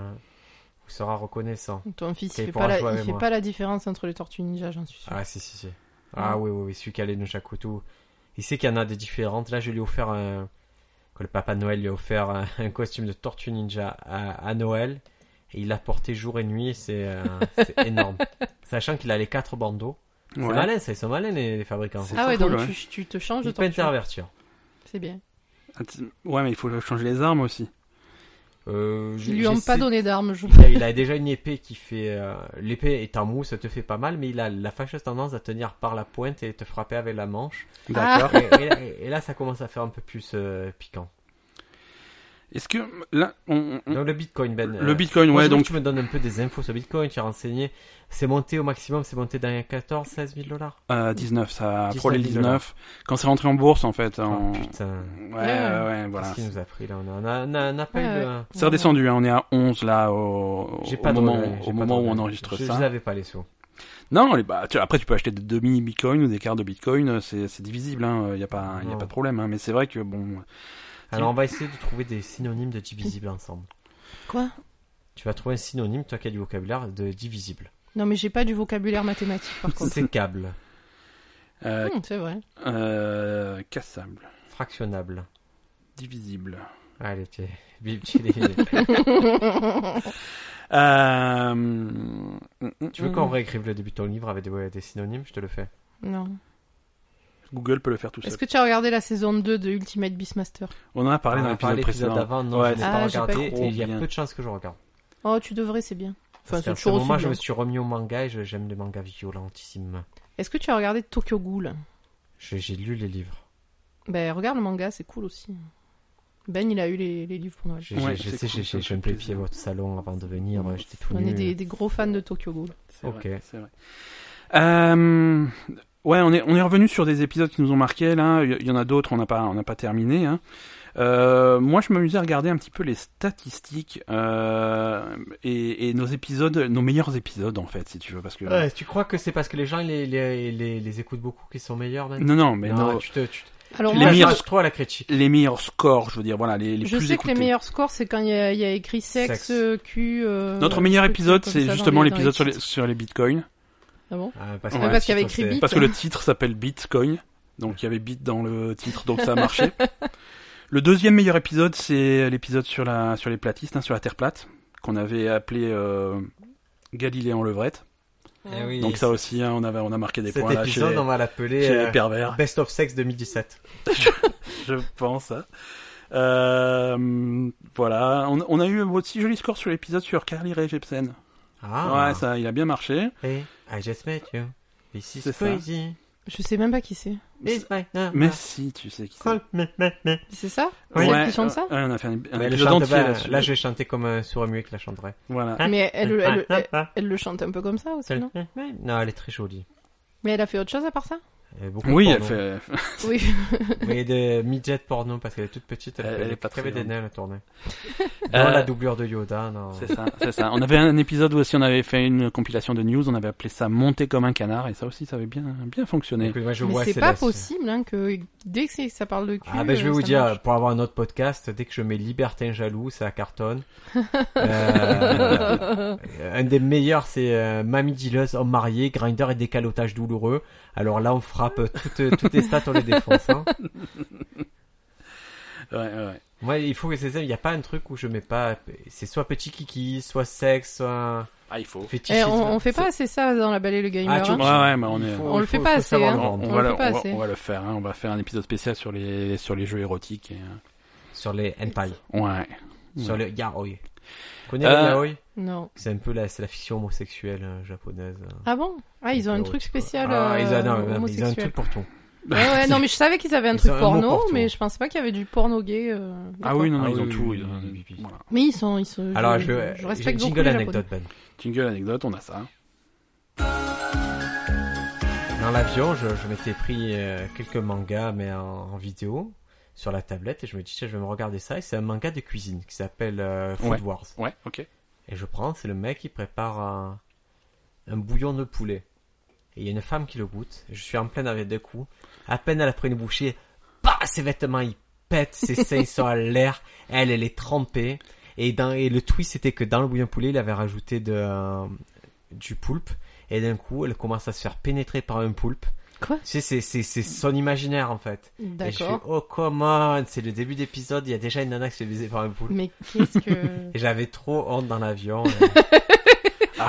Speaker 2: vous sera reconnaissant.
Speaker 3: Ton fils il
Speaker 2: Et
Speaker 3: fait,
Speaker 2: il
Speaker 3: pas
Speaker 2: pourra
Speaker 3: la...
Speaker 2: jouer
Speaker 3: il
Speaker 2: avec
Speaker 3: fait
Speaker 2: moi.
Speaker 3: pas la différence entre les tortues ninja, j'en suis sûr.
Speaker 2: Ah, si, si, si. Ah, oui, oui, oui, celui qui a les Nunchakutu. Il sait qu'il y en a des différentes. Là, je lui ai offert un. Que le Papa Noël lui a offert un, *laughs* un costume de tortue ninja à, à Noël. Et il l'a porté jour et nuit, et c'est euh,
Speaker 3: *laughs*
Speaker 2: c'est énorme. Sachant qu'il a les quatre bandeaux. C'est malin, ça, ils sont malins les, les fabricants.
Speaker 1: C'est
Speaker 3: Ah ouais,
Speaker 1: cool,
Speaker 3: donc
Speaker 1: ouais.
Speaker 3: Tu, tu te changes de
Speaker 2: Ils peuvent
Speaker 3: tortue.
Speaker 2: intervertir.
Speaker 3: C'est bien.
Speaker 2: Ah,
Speaker 1: Att- Ouais, mais il faut changer les armes aussi.
Speaker 2: Euh, je-
Speaker 3: Ils lui ont
Speaker 2: j'essaie-
Speaker 3: pas donné d'armes, je
Speaker 2: Il a, il a déjà une épée qui fait. euh, L'épée est en mousse, ça te fait pas mal, mais il a la fâcheuse tendance à tenir par la pointe et te frapper avec
Speaker 3: *laughs*
Speaker 2: la manche.
Speaker 3: Ah.
Speaker 1: D'accord.
Speaker 2: Et, et là- et là, ça commence à faire un peu plus euh, piquant.
Speaker 1: Est-ce que là, on, on-
Speaker 2: Donc le Bitcoin, Ben.
Speaker 1: Mm. le
Speaker 2: euh,
Speaker 1: Bitcoin,
Speaker 2: moi,
Speaker 1: ouais,
Speaker 2: je veux que
Speaker 1: donc
Speaker 2: tu me donnes un peu des infos sur Bitcoin, tu as renseigné. C'est monté au maximum, c'est monté dans les 14, 16 000 dollars.
Speaker 1: euh, 19, ça a frôlé le
Speaker 2: 19 dollars.
Speaker 1: 19. Quand c'est rentré en bourse, en fait, en...
Speaker 2: Oh putain.
Speaker 1: ouais,
Speaker 3: Ouais.
Speaker 1: ouais, ouais, voilà.
Speaker 2: Qu'est-ce qu'il nous a pris là On a, on a- on a- on a pas
Speaker 3: Ouais,
Speaker 2: eu le-
Speaker 1: C'est redescendu, hein, on est à 11 là au,
Speaker 2: J'ai
Speaker 1: au
Speaker 2: pas de
Speaker 1: moment,
Speaker 2: regret, j'ai
Speaker 1: au
Speaker 2: pas de
Speaker 1: moment où
Speaker 2: regret.
Speaker 1: on enregistre
Speaker 2: je,
Speaker 1: ça.
Speaker 2: Je n'avais pas les sous.
Speaker 1: Non, les- bah, tu- après tu peux acheter des demi bitcoin ou des quarts de bitcoin, euh, c'est c'est divisible, hein, y a pas, y a
Speaker 2: Non.
Speaker 1: pas de problème, hein, mais c'est vrai que bon,
Speaker 2: Alors on va essayer de trouver des synonymes de divisible ensemble.
Speaker 3: Ah, Quoi
Speaker 2: Tu vas trouver un synonyme, toi qui as du vocabulaire, de divisible.
Speaker 3: Non, mais j'ai pas du vocabulaire mathématique par contre.
Speaker 2: C'est câble,
Speaker 1: euh,
Speaker 3: Hum, c'est vrai.
Speaker 1: euh, cassable,
Speaker 2: fractionnable,
Speaker 1: divisible.
Speaker 2: Allez, tu Bible, *laughs* tu les-
Speaker 1: Euh,
Speaker 2: Tu veux qu'on réécrive le début de ton livre avec des, des synonymes Je te le fais.
Speaker 3: non.
Speaker 1: Google peut le faire tout seul.
Speaker 3: Est-ce que tu as regardé la saison 2 de Ultimate Beastmaster
Speaker 1: On en a parlé
Speaker 2: On
Speaker 1: dans
Speaker 2: en a
Speaker 1: l'épisode
Speaker 2: parlé l'épisode
Speaker 1: précédent.
Speaker 2: d'avant, non,
Speaker 1: Ouais,
Speaker 2: je n'ai
Speaker 1: c'est
Speaker 2: pas
Speaker 3: Ah, j'ai pas
Speaker 2: regardé.
Speaker 1: été.
Speaker 2: et Il y a
Speaker 1: Trop
Speaker 2: peu de chances que je regarde.
Speaker 3: Oh, tu devrais, c'est bien. Enfin, c'est
Speaker 2: Parce
Speaker 3: toujours
Speaker 2: que moi,
Speaker 3: aussi hein.
Speaker 2: je
Speaker 3: bien.
Speaker 2: me suis remis au manga et je- j'aime les mangas violentissimes.
Speaker 3: Est-ce que tu as regardé Tokyo Ghoul
Speaker 2: Je- J'ai lu les livres.
Speaker 3: Ben, regarde le manga, c'est cool aussi. Ben, il a eu les, les livres pour Noël.
Speaker 2: J'ai-
Speaker 1: Ouais,
Speaker 2: j'ai- Je
Speaker 1: c'est
Speaker 2: sais,
Speaker 1: cool,
Speaker 2: j'ai
Speaker 1: ça me
Speaker 2: j'ai- je
Speaker 1: fait
Speaker 2: me plais
Speaker 1: plaisir.
Speaker 2: pied votre salon avant de venir.
Speaker 3: Mm.
Speaker 2: euh, J'étais tout
Speaker 3: On est
Speaker 2: nu.
Speaker 3: des, des gros fans de Tokyo Ghoul.
Speaker 1: C'est
Speaker 2: Ok.
Speaker 1: vrai, c'est vrai. Euh, ouais, on est, on est revenu sur des épisodes qui nous ont marqués, là. Il y- il y en a d'autres, on n'a pas, on n'a pas terminé, hein. Euh, moi, je m'amusais à regarder un petit peu les statistiques euh, et, et nos épisodes, nos meilleurs épisodes en fait, si tu veux, parce que
Speaker 2: Ouais, tu crois que c'est parce que les gens ils les, les, les, les écoutent beaucoup qu'ils sont meilleurs maintenant
Speaker 1: non, non, mais
Speaker 2: Non,
Speaker 1: nos-
Speaker 2: tu te, tu, te-
Speaker 3: Alors,
Speaker 2: tu
Speaker 1: les
Speaker 3: moi,
Speaker 2: les
Speaker 1: meilleurs-
Speaker 2: lâches trop à la critique.
Speaker 1: les meilleurs scores, je veux dire, voilà, les, les
Speaker 3: je
Speaker 1: plus
Speaker 3: sais
Speaker 1: écoutés.
Speaker 3: que les meilleurs scores, c'est quand il y, a- il y a écrit sexe,
Speaker 2: Sexe.
Speaker 3: euh, cul. euh,
Speaker 1: Notre meilleur
Speaker 3: trucs
Speaker 1: épisode,
Speaker 3: comme
Speaker 1: c'est
Speaker 3: ça dans
Speaker 1: justement
Speaker 3: les- dans
Speaker 1: l'épisode sur les
Speaker 3: titres.
Speaker 1: sur les bitcoins,
Speaker 3: Ah bon
Speaker 2: Ah, parce
Speaker 1: Ouais,
Speaker 2: que
Speaker 3: parce qu'il y avait
Speaker 2: le titre,
Speaker 3: écrit
Speaker 2: c'est-
Speaker 3: Bit.
Speaker 1: parce que le titre s'appelle bitcoin, donc il y avait bit dans le titre, donc ça a
Speaker 2: *laughs*
Speaker 1: marché. le deuxième meilleur épisode, c'est l'épisode sur la sur les platistes, hein, sur la Terre plate, qu'on avait appelé euh, Galilée en levrette.
Speaker 2: Eh oui,
Speaker 1: donc ça aussi, hein, on avait on a marqué des
Speaker 2: Cet
Speaker 1: points là chez,
Speaker 2: épisode, on va l'appeler
Speaker 1: chez
Speaker 2: euh,
Speaker 1: les
Speaker 2: *laughs*
Speaker 1: pervers,
Speaker 2: Best of Sex 2017.
Speaker 1: je pense. hein. Euh, voilà, on, on a eu un aussi joli score sur l'épisode sur Carly Rae Jepsen.
Speaker 2: Ah,
Speaker 1: Ouais, ça, il a bien marché.
Speaker 2: Hey, I just met you. This is
Speaker 1: C'est ça.
Speaker 2: crazy.
Speaker 3: Je sais même pas qui c'est.
Speaker 2: It's my number.
Speaker 1: Mais si, tu sais qui c'est.
Speaker 2: Call me, me, me.
Speaker 3: C'est ça
Speaker 2: Ah. Oui.
Speaker 3: C'est
Speaker 1: Ouais,
Speaker 3: elle qui chante ça
Speaker 1: euh, ouais, on a fait un, un
Speaker 2: Mais elle
Speaker 1: épisode
Speaker 2: chante
Speaker 1: entier
Speaker 2: pas,
Speaker 1: là-dessus.
Speaker 2: là, je vais chanter comme un sourd muet qui la chanterait.
Speaker 1: Voilà.
Speaker 2: Ah,
Speaker 3: Mais elle, elle, elle,
Speaker 2: Ah,
Speaker 3: elle-
Speaker 2: ah,
Speaker 3: elle le chante un peu comme ça
Speaker 2: ah.
Speaker 3: aussi, non
Speaker 2: Non, elle est très jolie.
Speaker 3: Mais elle a fait autre chose à part ça
Speaker 2: *laughs* Elle est beaucoup
Speaker 1: Oui, elle
Speaker 2: porno.
Speaker 1: fait.
Speaker 3: Oui.
Speaker 2: Vous voyez des midget porno parce qu'elle est toute petite, elle,
Speaker 1: Elle-
Speaker 2: fait
Speaker 1: elle est pas
Speaker 2: crèver
Speaker 1: très
Speaker 2: des nains à
Speaker 1: *laughs*
Speaker 2: la tournée. Dans
Speaker 1: Euh,
Speaker 2: la doublure de Yoda, non.
Speaker 1: C'est ça, c'est ça. On avait un épisode où aussi on avait fait une compilation de news, on avait appelé ça Monter comme un canard, et ça aussi, ça avait bien, bien fonctionné.
Speaker 2: Écoute, moi, je vois
Speaker 3: Mais c'est pas
Speaker 2: Céleste.
Speaker 3: possible hein, que dès que c'est- ça parle de cul.
Speaker 2: Ah ben je vais
Speaker 3: euh,
Speaker 2: vous
Speaker 3: ça
Speaker 2: dire,
Speaker 3: marche.
Speaker 2: pour avoir un autre podcast, dès que je mets Libertin jaloux,
Speaker 3: *laughs*
Speaker 2: ça cartonne. Euh, un des meilleurs, c'est euh, Mamie Gilleuse, homme marié, grinder et décalotage douloureux. Alors là, on frappe toutes, toutes les stats, on les défonce. hein.
Speaker 1: *laughs* Ouais, ouais.
Speaker 2: Moi, il faut que c'est ça. Il n'y a pas un truc où je mets pas. C'est soit petit kiki, soit sexe, soit
Speaker 1: Ah, il faut.
Speaker 2: fétichisme.
Speaker 3: Eh, on, on fait pas assez ça dans la Belle et le gamer.
Speaker 2: Ah, tu-
Speaker 3: hein.
Speaker 1: Ouais, ouais, mais on
Speaker 2: Il
Speaker 1: est.
Speaker 2: faut-
Speaker 3: On le
Speaker 2: il
Speaker 3: fait
Speaker 2: faut-
Speaker 3: pas
Speaker 2: faut
Speaker 3: assez,
Speaker 2: savoir
Speaker 3: hein.
Speaker 2: le
Speaker 1: On,
Speaker 2: vendre.
Speaker 1: on
Speaker 3: on
Speaker 1: va
Speaker 3: le
Speaker 1: le-
Speaker 3: fait pas
Speaker 1: on va-
Speaker 3: assez.
Speaker 1: on va le faire, hein. on va faire un épisode spécial sur les, sur les jeux érotiques. et, euh,
Speaker 2: Sur les hentai,
Speaker 1: Ouais.
Speaker 2: sur le yaoi. Vous connaissez
Speaker 1: Euh,
Speaker 2: le yaoi
Speaker 3: Non.
Speaker 2: C'est un peu la, c'est la fiction homosexuelle euh, japonaise. hein.
Speaker 3: Ah bon Ah, ils ont un
Speaker 2: Ouais,
Speaker 3: truc
Speaker 2: tu vois.
Speaker 3: spécial.
Speaker 2: Ah, ils,
Speaker 3: euh,
Speaker 2: ont- non, mais ils ont un
Speaker 3: homosexuel.
Speaker 2: truc pour tout.
Speaker 3: Ouais, ouais, non, mais je savais qu'ils avaient un
Speaker 2: Ils
Speaker 3: truc
Speaker 2: ont un mot
Speaker 3: porno,
Speaker 2: pour tout.
Speaker 3: mais je pensais pas qu'il y avait du porno gay. euh,
Speaker 1: Ah oui, non, non,
Speaker 2: Ah
Speaker 1: ils
Speaker 2: oui,
Speaker 1: ont
Speaker 2: oui,
Speaker 1: tout.
Speaker 2: oui,
Speaker 1: ils ont-
Speaker 2: oui, oui, oui.
Speaker 1: Voilà.
Speaker 3: Mais ils sont. Ils sont
Speaker 2: Alors,
Speaker 3: je,
Speaker 2: je,
Speaker 3: je respecte
Speaker 2: j'ai
Speaker 3: beaucoup
Speaker 2: jingle
Speaker 3: les
Speaker 2: anecdote, Ben.
Speaker 1: Jingle anecdote, on a ça.
Speaker 2: Ben. Dans l'avion, je, je m'étais pris euh, quelques mangas, mais en, en vidéo, sur la tablette, et je me dis, tiens, je vais me regarder ça, et c'est un manga de cuisine qui s'appelle euh, Food Wars.
Speaker 1: Ouais, ok.
Speaker 2: Et je prends, c'est le mec qui prépare un, un bouillon de poulet. Et il y a une femme qui le goûte. Je suis en pleine avec deux coups. À peine elle a pris une bouchée, bah, ses vêtements ils pètent, ses seins ils sont à l'air. Elle, elle est trempée. Et, dans, et le twist c'était que dans le bouillon de poulet, il avait rajouté de, euh, du poulpe. Et d'un coup, elle commence à se faire pénétrer par un poulpe.
Speaker 3: Quoi
Speaker 2: Tu sais, c'est- c'est c'est son imaginaire en fait. Et je fais,
Speaker 3: D'accord.
Speaker 2: oh come on, c'est le début d'épisode, il y a déjà une nana qui se fait baiser par un poulpe.
Speaker 3: Mais qu'est-ce que.
Speaker 2: Et j'avais trop honte
Speaker 3: *laughs*
Speaker 2: dans l'avion.
Speaker 1: Alors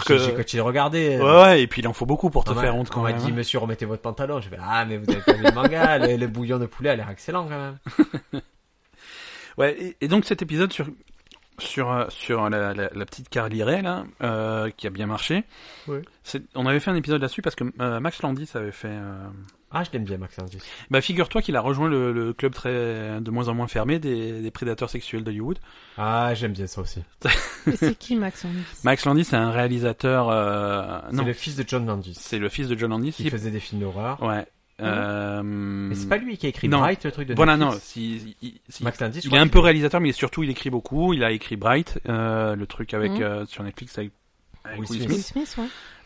Speaker 2: J'ai- Ah J'ai
Speaker 1: que.
Speaker 2: continué de regarder. euh,
Speaker 1: Ouais, ouais, et puis il en faut beaucoup pour te
Speaker 2: On m'a-
Speaker 1: faire honte quand
Speaker 2: on m'a
Speaker 1: même.
Speaker 2: dit,
Speaker 1: hein.
Speaker 2: monsieur, remettez votre pantalon. Je fais, ah, mais vous avez pas vu le
Speaker 1: *laughs*
Speaker 2: manga, le, le bouillon de poulet a l'air excellent quand même.
Speaker 1: Ouais, et, et donc cet épisode sur sur euh, sur la, la, la petite Carly Rae là, euh, qui a bien marché.
Speaker 2: Ouais.
Speaker 1: C'est- On avait fait un épisode là-dessus parce que euh, Max Landis avait fait. euh,
Speaker 2: Ah, je l'aime bien, Maxence.
Speaker 1: Bah figure-toi qu'il a rejoint le, le club très de moins en moins fermé des, des prédateurs sexuels d'Hollywood.
Speaker 2: Ah, j'aime bien ça aussi.
Speaker 3: Mais c'est qui Max Landis
Speaker 1: Max Landis c'est un réalisateur. euh,
Speaker 2: C'est
Speaker 1: Non,
Speaker 2: le fils de John Landis,
Speaker 1: c'est le... fils de John Landis.
Speaker 2: qui
Speaker 1: Il-
Speaker 2: faisait des films d'horreur.
Speaker 1: Ouais. Euh...
Speaker 2: Mais c'est pas lui qui a écrit
Speaker 1: Non.
Speaker 2: Bright, le truc de
Speaker 1: Voilà, non.
Speaker 2: Netflix.
Speaker 1: Si, si- si-
Speaker 2: Max Landis, je
Speaker 1: Il est
Speaker 2: crois
Speaker 1: un
Speaker 2: qu'il
Speaker 1: peu réalisateur, mais surtout il écrit beaucoup. Il a écrit Bright, euh, le truc avec
Speaker 3: Mhm.
Speaker 1: euh, sur Netflix avec, avec
Speaker 2: Will
Speaker 1: Will
Speaker 2: Smith.
Speaker 1: Smith.
Speaker 3: Will Smith,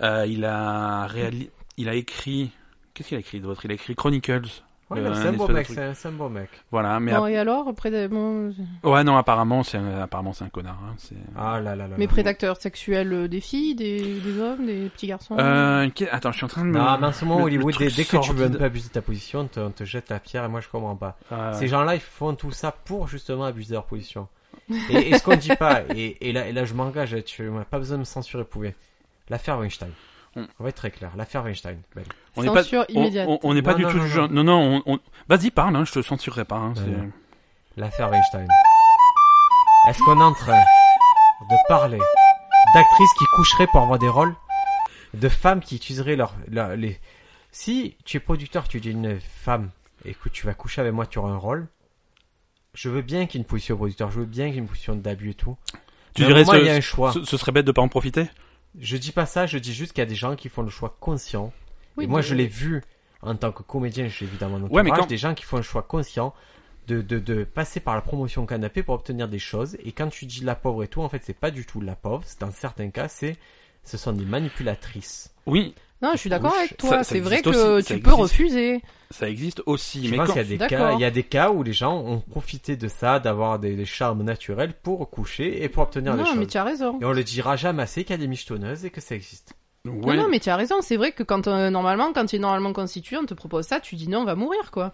Speaker 3: ouais.
Speaker 1: Euh, il a réali... il a écrit qu'est-ce qu'il a écrit d'autre Il a écrit Chronicles,
Speaker 2: Ouais,
Speaker 1: Euh,
Speaker 2: non, c'est
Speaker 1: un
Speaker 2: un beau
Speaker 1: espèce de
Speaker 2: mec,
Speaker 1: truc.
Speaker 2: c'est un, c'est un beau mec.
Speaker 1: Voilà, mais
Speaker 3: Bon, et alors, après, des- bon,
Speaker 2: Bah,
Speaker 1: ap- ouais, non, apparemment c'est un, apparemment c'est un connard. hein, c'est-
Speaker 2: Ah là là là.
Speaker 3: mais
Speaker 2: là.
Speaker 3: prédateurs sexuels euh, des filles, des, des hommes, des petits garçons.
Speaker 1: Euh, que- Attends, je suis en train de. me-
Speaker 2: Non, mais en ce moment,
Speaker 1: le- le
Speaker 2: Hollywood,
Speaker 1: truc
Speaker 2: dès, dès que tu veux ne
Speaker 1: sordide.
Speaker 2: pas abuser de ta position, on te, on te jette la pierre et moi je comprends pas.
Speaker 1: Ah,
Speaker 2: Ces gens-là, ils font tout ça pour justement abuser de leur position. Et, et ce qu'on dit pas, et, et là, et là je m'engage, tu n'as pas besoin de me censurer, vous pouvez. L'affaire Weinstein.
Speaker 1: Hmm.
Speaker 2: On va être très clair, l'affaire Weinstein. Ben,
Speaker 1: on n'est pas,
Speaker 3: Censure
Speaker 1: on-
Speaker 3: immédiate.
Speaker 1: on- on n'est pas
Speaker 2: Non,
Speaker 1: du
Speaker 2: non,
Speaker 1: tout
Speaker 2: non,
Speaker 1: du genre. Non, non, on, on- vas-y, parle, hein, je te censurerai pas. hein,
Speaker 2: Ouais,
Speaker 1: c'est-
Speaker 2: non. L'affaire Weinstein. Est-ce qu'on est en train de parler d'actrices qui coucheraient pour avoir des rôles De femmes qui utiliseraient leur, leur- les... Si tu es producteur, tu dis à une femme, écoute, tu vas coucher avec moi, tu auras un rôle. Je veux bien qu'il y ait une position de producteur, je veux bien qu'il y ait une position d'abus et tout.
Speaker 1: Tu
Speaker 2: Mais à un
Speaker 1: dirais
Speaker 2: moment, il y a
Speaker 1: ce,
Speaker 2: un choix.
Speaker 1: ce, ce serait bête de pas en profiter
Speaker 2: Je dis pas ça, je dis juste qu'il y a des gens qui font le choix conscient.
Speaker 3: Oui, bah,
Speaker 2: et moi,
Speaker 3: de-
Speaker 2: je l'ai vu en tant que comédien, je l'ai vu dans mon entourage,
Speaker 1: Ouais, mais quand-
Speaker 2: des gens qui font le choix conscient de, de, de passer par la promotion au canapé pour obtenir des choses. Et quand tu dis la pauvre et tout, en fait, c'est pas du tout la pauvre. C'est- Dans certains cas, c'est ce sont des manipulatrices.
Speaker 1: Oui,
Speaker 3: Non, je suis d'accord
Speaker 1: Oui,
Speaker 3: avec
Speaker 1: ça-
Speaker 3: toi.
Speaker 1: ça
Speaker 3: C'est vrai
Speaker 1: existe
Speaker 3: que
Speaker 1: aussi, ça
Speaker 3: tu peux
Speaker 1: existe.
Speaker 3: refuser.
Speaker 1: ça existe aussi.
Speaker 2: Je
Speaker 1: mais
Speaker 2: pense
Speaker 1: quand-
Speaker 2: qu'il y a des
Speaker 3: D'accord.
Speaker 2: cas, il y a des cas où les gens ont profité de ça, d'avoir des, des charmes naturels pour coucher et pour obtenir des
Speaker 3: Non, mais
Speaker 2: choses.
Speaker 3: tu as raison.
Speaker 2: Et on le dira jamais assez qu'il y a des michetonneuses et que ça existe.
Speaker 1: Ouais.
Speaker 3: Non, non, mais tu as raison. C'est vrai que quand euh, normalement, quand tu es normalement constitué, on te propose ça, tu dis non, on va mourir, quoi.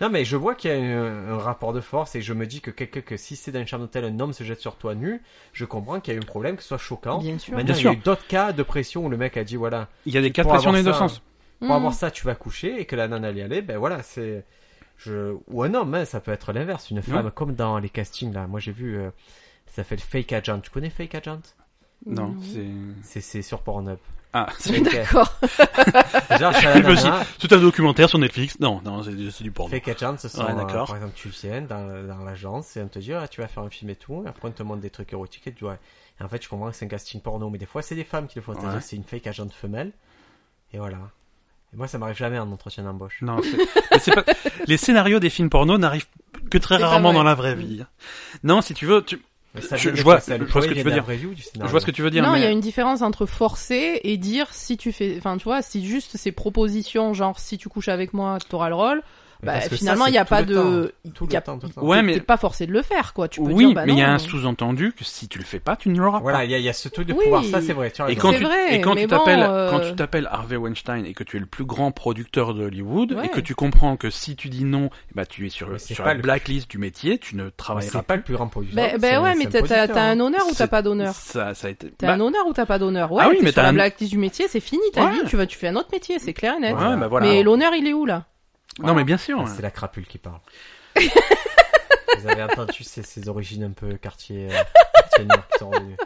Speaker 2: Non, mais je vois qu'il y a un, un rapport de force et je me dis que quelqu'un que si c'est dans une chambre d'hôtel, un homme se jette sur toi nu, je comprends qu'il y a eu un problème, que ce soit choquant.
Speaker 3: Bien sûr.
Speaker 2: Maintenant,
Speaker 1: Bien
Speaker 2: il y a
Speaker 1: sûr.
Speaker 2: eu d'autres cas de pression où le mec a dit voilà,
Speaker 1: Il y a des cas de
Speaker 2: pour
Speaker 1: pression
Speaker 2: avoir ça,
Speaker 1: d'innocence.
Speaker 2: pour
Speaker 3: Hmm.
Speaker 2: avoir ça, tu vas coucher et que la nana y allait, ben voilà, c'est. Je... Ou un homme, hein, ça peut être l'inverse, une femme, comme dans les castings là. Moi j'ai vu, euh, ça s'appelle Fake Agent. Tu connais Fake Agent
Speaker 3: Hmm.
Speaker 1: Non, c'est.
Speaker 2: C'est c'est sur Pornhub.
Speaker 1: Mm. Ah,
Speaker 3: Oui,
Speaker 2: Ok.
Speaker 3: D'accord.
Speaker 1: *laughs*
Speaker 2: Genre, c'est la
Speaker 1: Vas-y.
Speaker 2: nana,
Speaker 1: c'est un documentaire sur Netflix. Non, non, c'est c'est du porno.
Speaker 2: Fake agent, ce sont,
Speaker 1: Ouais,
Speaker 2: euh,
Speaker 1: d'accord.
Speaker 2: par exemple, tu viens dans, dans l'agence et on te dit, ah, tu vas faire un film et tout, et après on te montre des trucs érotiques et tu vois. Et en fait, je comprends que c'est un casting porno, mais des fois c'est des femmes qui le font, c'est-à-dire
Speaker 1: Ouais.
Speaker 2: que c'est une fake agent femelle, et voilà. Et moi, ça m'arrive jamais en entretien d'embauche.
Speaker 1: Non, c'est- mais c'est pas... les scénarios des films porno n'arrivent que très
Speaker 3: C'est pas
Speaker 1: rarement
Speaker 3: vrai.
Speaker 1: dans la vraie vie. Non, si tu veux, tu...
Speaker 2: Mais ça
Speaker 1: Je-
Speaker 2: vient de
Speaker 1: je vois-
Speaker 2: quoi, ça,
Speaker 1: je
Speaker 2: le
Speaker 1: vois ce
Speaker 2: projet
Speaker 1: que tu
Speaker 2: vient
Speaker 1: veux
Speaker 2: de la
Speaker 1: dire.
Speaker 2: vraie vie ou du
Speaker 1: je
Speaker 2: scénario
Speaker 1: vois ce que tu veux dire.
Speaker 3: Non,
Speaker 1: mais...
Speaker 3: il y a une différence entre forcer et dire si tu fais, enfin, tu vois, si juste ces propositions, genre si tu couches avec moi, t'auras le rôle.
Speaker 2: Mais
Speaker 3: Bah,
Speaker 2: parce que ça,
Speaker 3: finalement,
Speaker 2: c'est
Speaker 3: il n'y a
Speaker 2: tout
Speaker 3: pas
Speaker 2: le
Speaker 3: de,
Speaker 2: temps, tout
Speaker 3: y a-
Speaker 2: le temps, tout le temps.
Speaker 1: Ouais,
Speaker 3: t'es-
Speaker 1: mais-
Speaker 3: t'es pas forcé de le faire, quoi. Tu peux
Speaker 1: Oui,
Speaker 3: dire, bah
Speaker 1: mais il y a
Speaker 3: non.
Speaker 1: un sous-entendu que si tu le fais pas, tu ne l'auras pas.
Speaker 2: Voilà, il y, a- il y a ce truc de
Speaker 3: Oui.
Speaker 2: pouvoir, ça c'est vrai. Tu as
Speaker 1: Et
Speaker 2: raison.
Speaker 1: quand,
Speaker 3: C'est
Speaker 1: tu,
Speaker 3: vrai,
Speaker 1: et quand
Speaker 3: mais
Speaker 1: tu t'appelles,
Speaker 3: bon, euh,
Speaker 1: quand tu t'appelles Harvey Weinstein et que tu es le plus grand producteur de Hollywood
Speaker 3: Ouais.
Speaker 1: et que tu comprends que si tu dis non, bah tu es
Speaker 2: Mais
Speaker 1: sur,
Speaker 2: c'est
Speaker 1: sur
Speaker 2: pas
Speaker 1: la
Speaker 2: le-
Speaker 1: blacklist du métier, tu ne
Speaker 2: Mais
Speaker 1: travailleras
Speaker 2: c'est
Speaker 1: pas.
Speaker 2: pas le plus grand produit.
Speaker 3: Ben ben ouais, mais t'as- t'as
Speaker 2: hein.
Speaker 3: t'as un honneur ou t'as
Speaker 1: C'est-
Speaker 3: pas d'honneur.
Speaker 1: Ça, ça a été.
Speaker 3: T'as
Speaker 1: bah,
Speaker 3: un honneur ou t'as pas d'honneur. Ouais,
Speaker 1: Ah oui,
Speaker 3: t'es
Speaker 1: mais
Speaker 3: sur
Speaker 1: t'as
Speaker 3: la
Speaker 1: un-
Speaker 3: blacklist du métier, c'est fini ta
Speaker 1: Ouais.
Speaker 3: vie, tu vas, tu fais un autre métier, c'est clair et net.
Speaker 1: ouais, bah voilà.
Speaker 3: Mais l'honneur, il est où là
Speaker 1: Non, mais bien sûr.
Speaker 2: Ah,
Speaker 1: hein.
Speaker 2: C'est la crapule qui
Speaker 3: *laughs*
Speaker 2: parle. Vous avez entendu ses, ses origines un peu quartier, euh, quartier nord qui sont revenues.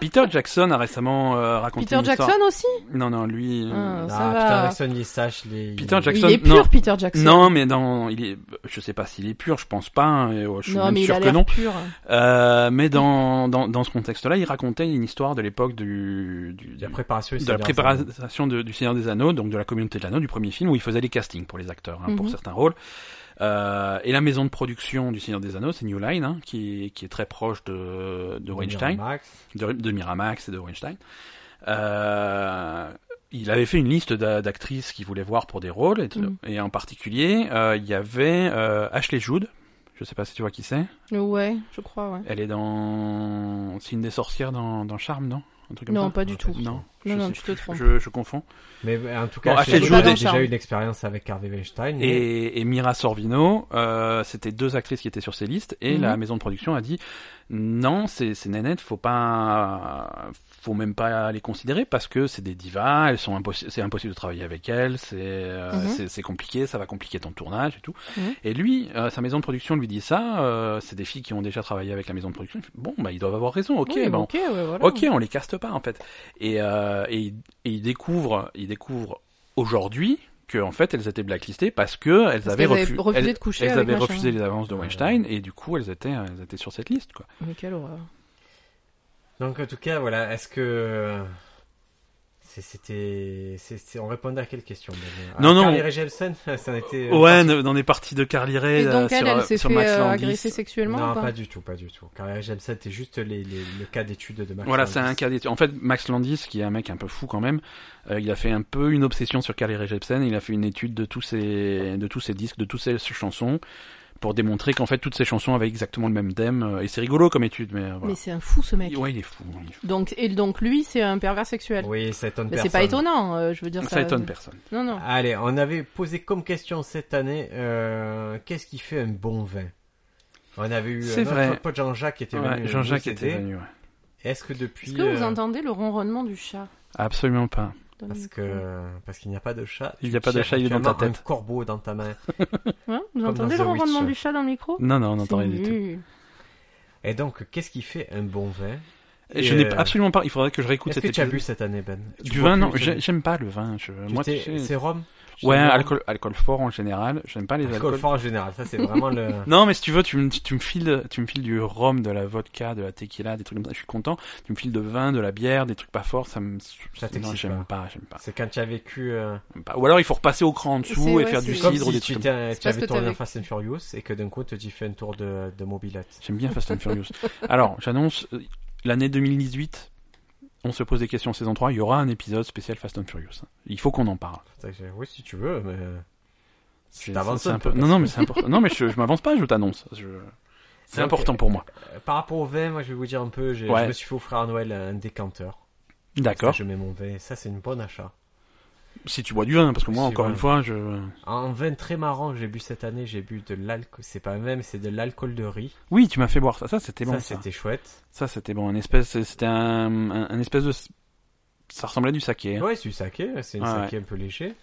Speaker 1: Peter Jackson a récemment euh, raconté
Speaker 3: Peter
Speaker 1: une histoire.
Speaker 3: Jackson aussi
Speaker 1: Non, non, lui. euh,
Speaker 3: Ah, ça
Speaker 2: ah,
Speaker 3: va.
Speaker 2: Peter Jackson, il est sage, il est-
Speaker 1: Peter
Speaker 2: il-
Speaker 1: Jackson,
Speaker 3: Il est pur,
Speaker 1: non.
Speaker 3: Peter Jackson.
Speaker 1: Non, mais dans, il est, je sais pas s'il est pur, je pense pas, hein, et, euh, je suis
Speaker 3: Non,
Speaker 1: même
Speaker 3: mais il a
Speaker 1: sûr que non.
Speaker 3: l'air pur.
Speaker 1: Euh, mais dans, dans, dans ce contexte-là, il racontait une histoire de l'époque du, du,
Speaker 2: de la préparation. il
Speaker 1: de
Speaker 2: s'est
Speaker 1: la
Speaker 2: bien renseigné.
Speaker 1: préparation de- du Seigneur des Anneaux, donc de la communauté de l'anneau, du premier film, où il faisait les castings pour les acteurs, hein, pour
Speaker 3: Mhm.
Speaker 1: certains rôles. Euh, et la maison de production du Seigneur des Anneaux, c'est New Line, hein, qui, qui est très proche de, de Weinstein
Speaker 2: Miramax.
Speaker 1: de, de Miramax et de Weinstein. Euh, il avait fait une liste d'a- d'actrices qu'il voulait voir pour des rôles, et,
Speaker 3: Mhm.
Speaker 1: et en particulier, euh, il y avait euh, Ashley Judd. Je sais pas si tu vois qui c'est.
Speaker 3: Ouais, je crois, ouais.
Speaker 1: Elle est dans. C'est une des sorcières dans, dans Charme, non Un truc comme
Speaker 3: Non,
Speaker 1: ça
Speaker 3: pas du tout.
Speaker 1: Non, je
Speaker 3: Non, non,
Speaker 1: sais
Speaker 3: tu te
Speaker 1: plus.
Speaker 3: trompes.
Speaker 1: Je, je confonds.
Speaker 2: Mais euh, en tout cas,
Speaker 1: Bon,
Speaker 2: j'ai-
Speaker 1: Ashley
Speaker 2: j'ai
Speaker 1: Judd,
Speaker 2: j'ai
Speaker 1: elle-
Speaker 2: déjà eu une expérience avec Harvey Weinstein. mais
Speaker 1: Et, et Mira Sorvino, euh, c'était deux actrices qui étaient sur ces listes, et
Speaker 3: Mhm.
Speaker 1: la maison de production a dit non, c'est c'est nénette, faut pas, faut même pas les considérer parce que c'est des divas, elles sont impossibles, c'est impossible de travailler avec elles, c'est euh,
Speaker 3: Mhm.
Speaker 1: c'est- c'est compliqué, ça va compliquer ton tournage et tout.
Speaker 3: Mhm.
Speaker 1: Et lui, euh, sa maison de production lui dit ça, euh, c'est des filles qui ont déjà travaillé avec la maison de production. Il fait, bon, bah ils doivent avoir raison, ok,
Speaker 3: Oui,
Speaker 1: bah, on-
Speaker 3: ok, ouais, voilà.
Speaker 1: Ok, on les caste pas en fait. Et, euh, et, ils- et ils découvrent, ils découvrent aujourd'hui que en fait elles étaient blacklistées parce que elles
Speaker 3: Parce
Speaker 1: avaient
Speaker 3: qu'elles avaient
Speaker 1: refu-
Speaker 3: refusé
Speaker 1: elles-
Speaker 3: de coucher
Speaker 1: elles
Speaker 3: avec
Speaker 1: avaient
Speaker 3: machin.
Speaker 1: refusé les avances de Weinstein et du coup elles étaient elles étaient sur cette liste quoi.
Speaker 3: Mais quelle horreur.
Speaker 2: Donc en tout cas, voilà, est-ce que euh, c'est- c'est- c'était, c'est- c'est- on répondait à quelle question mais, euh,
Speaker 1: Non,
Speaker 2: à
Speaker 1: non.
Speaker 2: Carly Rae Jepsen, *laughs* ça en était. euh,
Speaker 1: Ouais, dans des parties de Carly Rae
Speaker 3: Et
Speaker 1: là,
Speaker 3: donc elle,
Speaker 1: sur,
Speaker 3: elle s'est
Speaker 1: sur
Speaker 3: fait
Speaker 1: Max
Speaker 3: euh,
Speaker 1: Landis.
Speaker 3: agresser sexuellement
Speaker 2: Non,
Speaker 3: ou pas,
Speaker 2: pas du tout, pas du tout. Car j'aime ça, c'était juste les, les- le cas d'étude de Max.
Speaker 1: Voilà, c'est
Speaker 2: Landis.
Speaker 1: un cas d'étude. En fait, Max Landis, qui est un mec un peu fou quand même, euh, il a fait un peu une obsession sur Carly Rae Jepsen. Il a fait une étude de tous ses, de tous ses disques, de toutes ses chansons, pour démontrer qu'en fait toutes ses chansons avaient exactement le même thème. euh, Et c'est rigolo comme étude, mais euh, voilà.
Speaker 3: Mais c'est un fou ce mec.
Speaker 1: Ouais, il est fou. hein, il est fou.
Speaker 3: Donc et donc lui c'est un pervers sexuel.
Speaker 2: Oui, ça étonne
Speaker 3: Bah,
Speaker 2: personne.
Speaker 3: c'est pas étonnant, euh, je veux dire.
Speaker 1: Ça, étonne personne.
Speaker 3: Non non.
Speaker 2: Allez, on avait posé comme question cette année, euh, qu'est-ce qui fait un bon vin On avait eu
Speaker 1: C'est
Speaker 2: euh, notre
Speaker 1: vrai.
Speaker 2: pote Jean-Jacques qui était
Speaker 1: Ouais,
Speaker 2: venu.
Speaker 1: Jean-Jacques
Speaker 2: nous
Speaker 1: était
Speaker 2: aider.
Speaker 1: venu. ouais.
Speaker 2: Est-ce que
Speaker 3: Est-ce
Speaker 2: depuis.
Speaker 3: que vous
Speaker 2: euh,
Speaker 3: entendez le ronronnement du chat
Speaker 1: Absolument pas.
Speaker 3: Donne
Speaker 2: Parce
Speaker 3: une
Speaker 2: que parce qu'il n'y a pas de chat.
Speaker 1: Il
Speaker 2: tu
Speaker 1: n'y a pas de
Speaker 2: tiens
Speaker 1: chat, il est dans ta
Speaker 2: actuellement
Speaker 1: tête.
Speaker 2: Un corbeau dans ta main.
Speaker 3: coupe. Hein vous
Speaker 2: Comme
Speaker 3: entendez le
Speaker 2: dans The
Speaker 3: ronronnement
Speaker 2: Witch.
Speaker 3: du chat dans le micro
Speaker 1: Non, non, on n'entend
Speaker 3: C'est
Speaker 1: rien du tout.
Speaker 3: nul.
Speaker 2: Et donc, qu'est-ce qui fait un bon vin
Speaker 1: Et
Speaker 2: Et,
Speaker 1: je n'ai
Speaker 2: euh,
Speaker 1: absolument pas. Il faudrait que je réécoute
Speaker 2: Est-ce
Speaker 1: cet
Speaker 2: que tu as
Speaker 1: épisode.
Speaker 2: bu cette année, Ben Tu
Speaker 1: Du
Speaker 2: bois
Speaker 1: vin,
Speaker 2: plus
Speaker 1: non,
Speaker 2: cette
Speaker 1: j'ai-
Speaker 2: année
Speaker 1: j'aime pas le vin. Je,
Speaker 2: Tu
Speaker 1: moi,
Speaker 2: t'es-
Speaker 1: tu sais-
Speaker 2: C'est rhum
Speaker 1: ouais,
Speaker 2: Tu sais, *laughs*
Speaker 1: alcool, alcool fort en général. J'aime pas les
Speaker 2: Alcool
Speaker 1: alcools.
Speaker 2: fort en général, ça c'est
Speaker 1: *laughs*
Speaker 2: vraiment le.
Speaker 1: Non, mais si tu veux, tu me, tu me files, tu me files du rhum, de la vodka, de la tequila, des trucs comme ça. Je suis content. Tu me files de vin, de la bière, des trucs pas forts. Ça me,
Speaker 2: Ça t'excite
Speaker 1: non, j'aime pas, j'aime pas,
Speaker 2: C'est quand tu as vécu. euh,
Speaker 1: j'aime pas. Ou alors il faut repasser au cran en
Speaker 3: C'est-
Speaker 1: dessous et
Speaker 3: ouais,
Speaker 1: faire du
Speaker 3: c'est-
Speaker 2: Comme
Speaker 1: cidre ou
Speaker 2: si
Speaker 1: des
Speaker 2: tu,
Speaker 1: trucs. comme-
Speaker 2: t'as- tu
Speaker 3: parce
Speaker 2: avais
Speaker 3: que
Speaker 2: tourné
Speaker 3: t'avais-
Speaker 2: en Fast and Furious et que d'un coup tu t'y fais un tour de, de mobilette.
Speaker 1: J'aime bien Fast and
Speaker 2: *laughs*
Speaker 1: Furious. alors, j'annonce euh, l'année 2018. On se pose des questions saison 3. Il y aura un épisode spécial Fast and Furious. Il faut qu'on en parle.
Speaker 2: Fait que, Oui, si tu veux, mais. euh,
Speaker 1: C'est
Speaker 2: t'avances
Speaker 1: c'est
Speaker 2: un peu,
Speaker 1: Non, non, mais c'est important. Non, mais je, je m'avance pas, je t'annonce. Je- C'est
Speaker 2: Donc,
Speaker 1: important pour moi.
Speaker 2: euh, Par rapport au vin, moi je vais vous dire un peu, j'ai-
Speaker 1: Ouais.
Speaker 2: je me suis fait offrir à Noël un décanteur.
Speaker 1: D'accord.
Speaker 2: Ça, Je mets mon vin, ça c'est une bonne achat.
Speaker 1: Si tu bois du vin, parce que moi,
Speaker 2: Si,
Speaker 1: encore
Speaker 2: ouais.
Speaker 1: une fois, je.
Speaker 2: Un vin très marrant que j'ai bu cette année, j'ai bu de l'alcool, c'est pas même, c'est de l'alcool de riz.
Speaker 1: Oui, tu m'as fait boire ça. Ça, c'était bon.
Speaker 2: ça
Speaker 1: ça.
Speaker 2: c'était chouette.
Speaker 1: Ça, c'était bon. Un espèce, c'était un, un, un espèce de. Ça ressemblait à du saké. hein.
Speaker 2: Ouais, c'est du saké, c'est une
Speaker 1: Ah,
Speaker 2: saké un peu léger.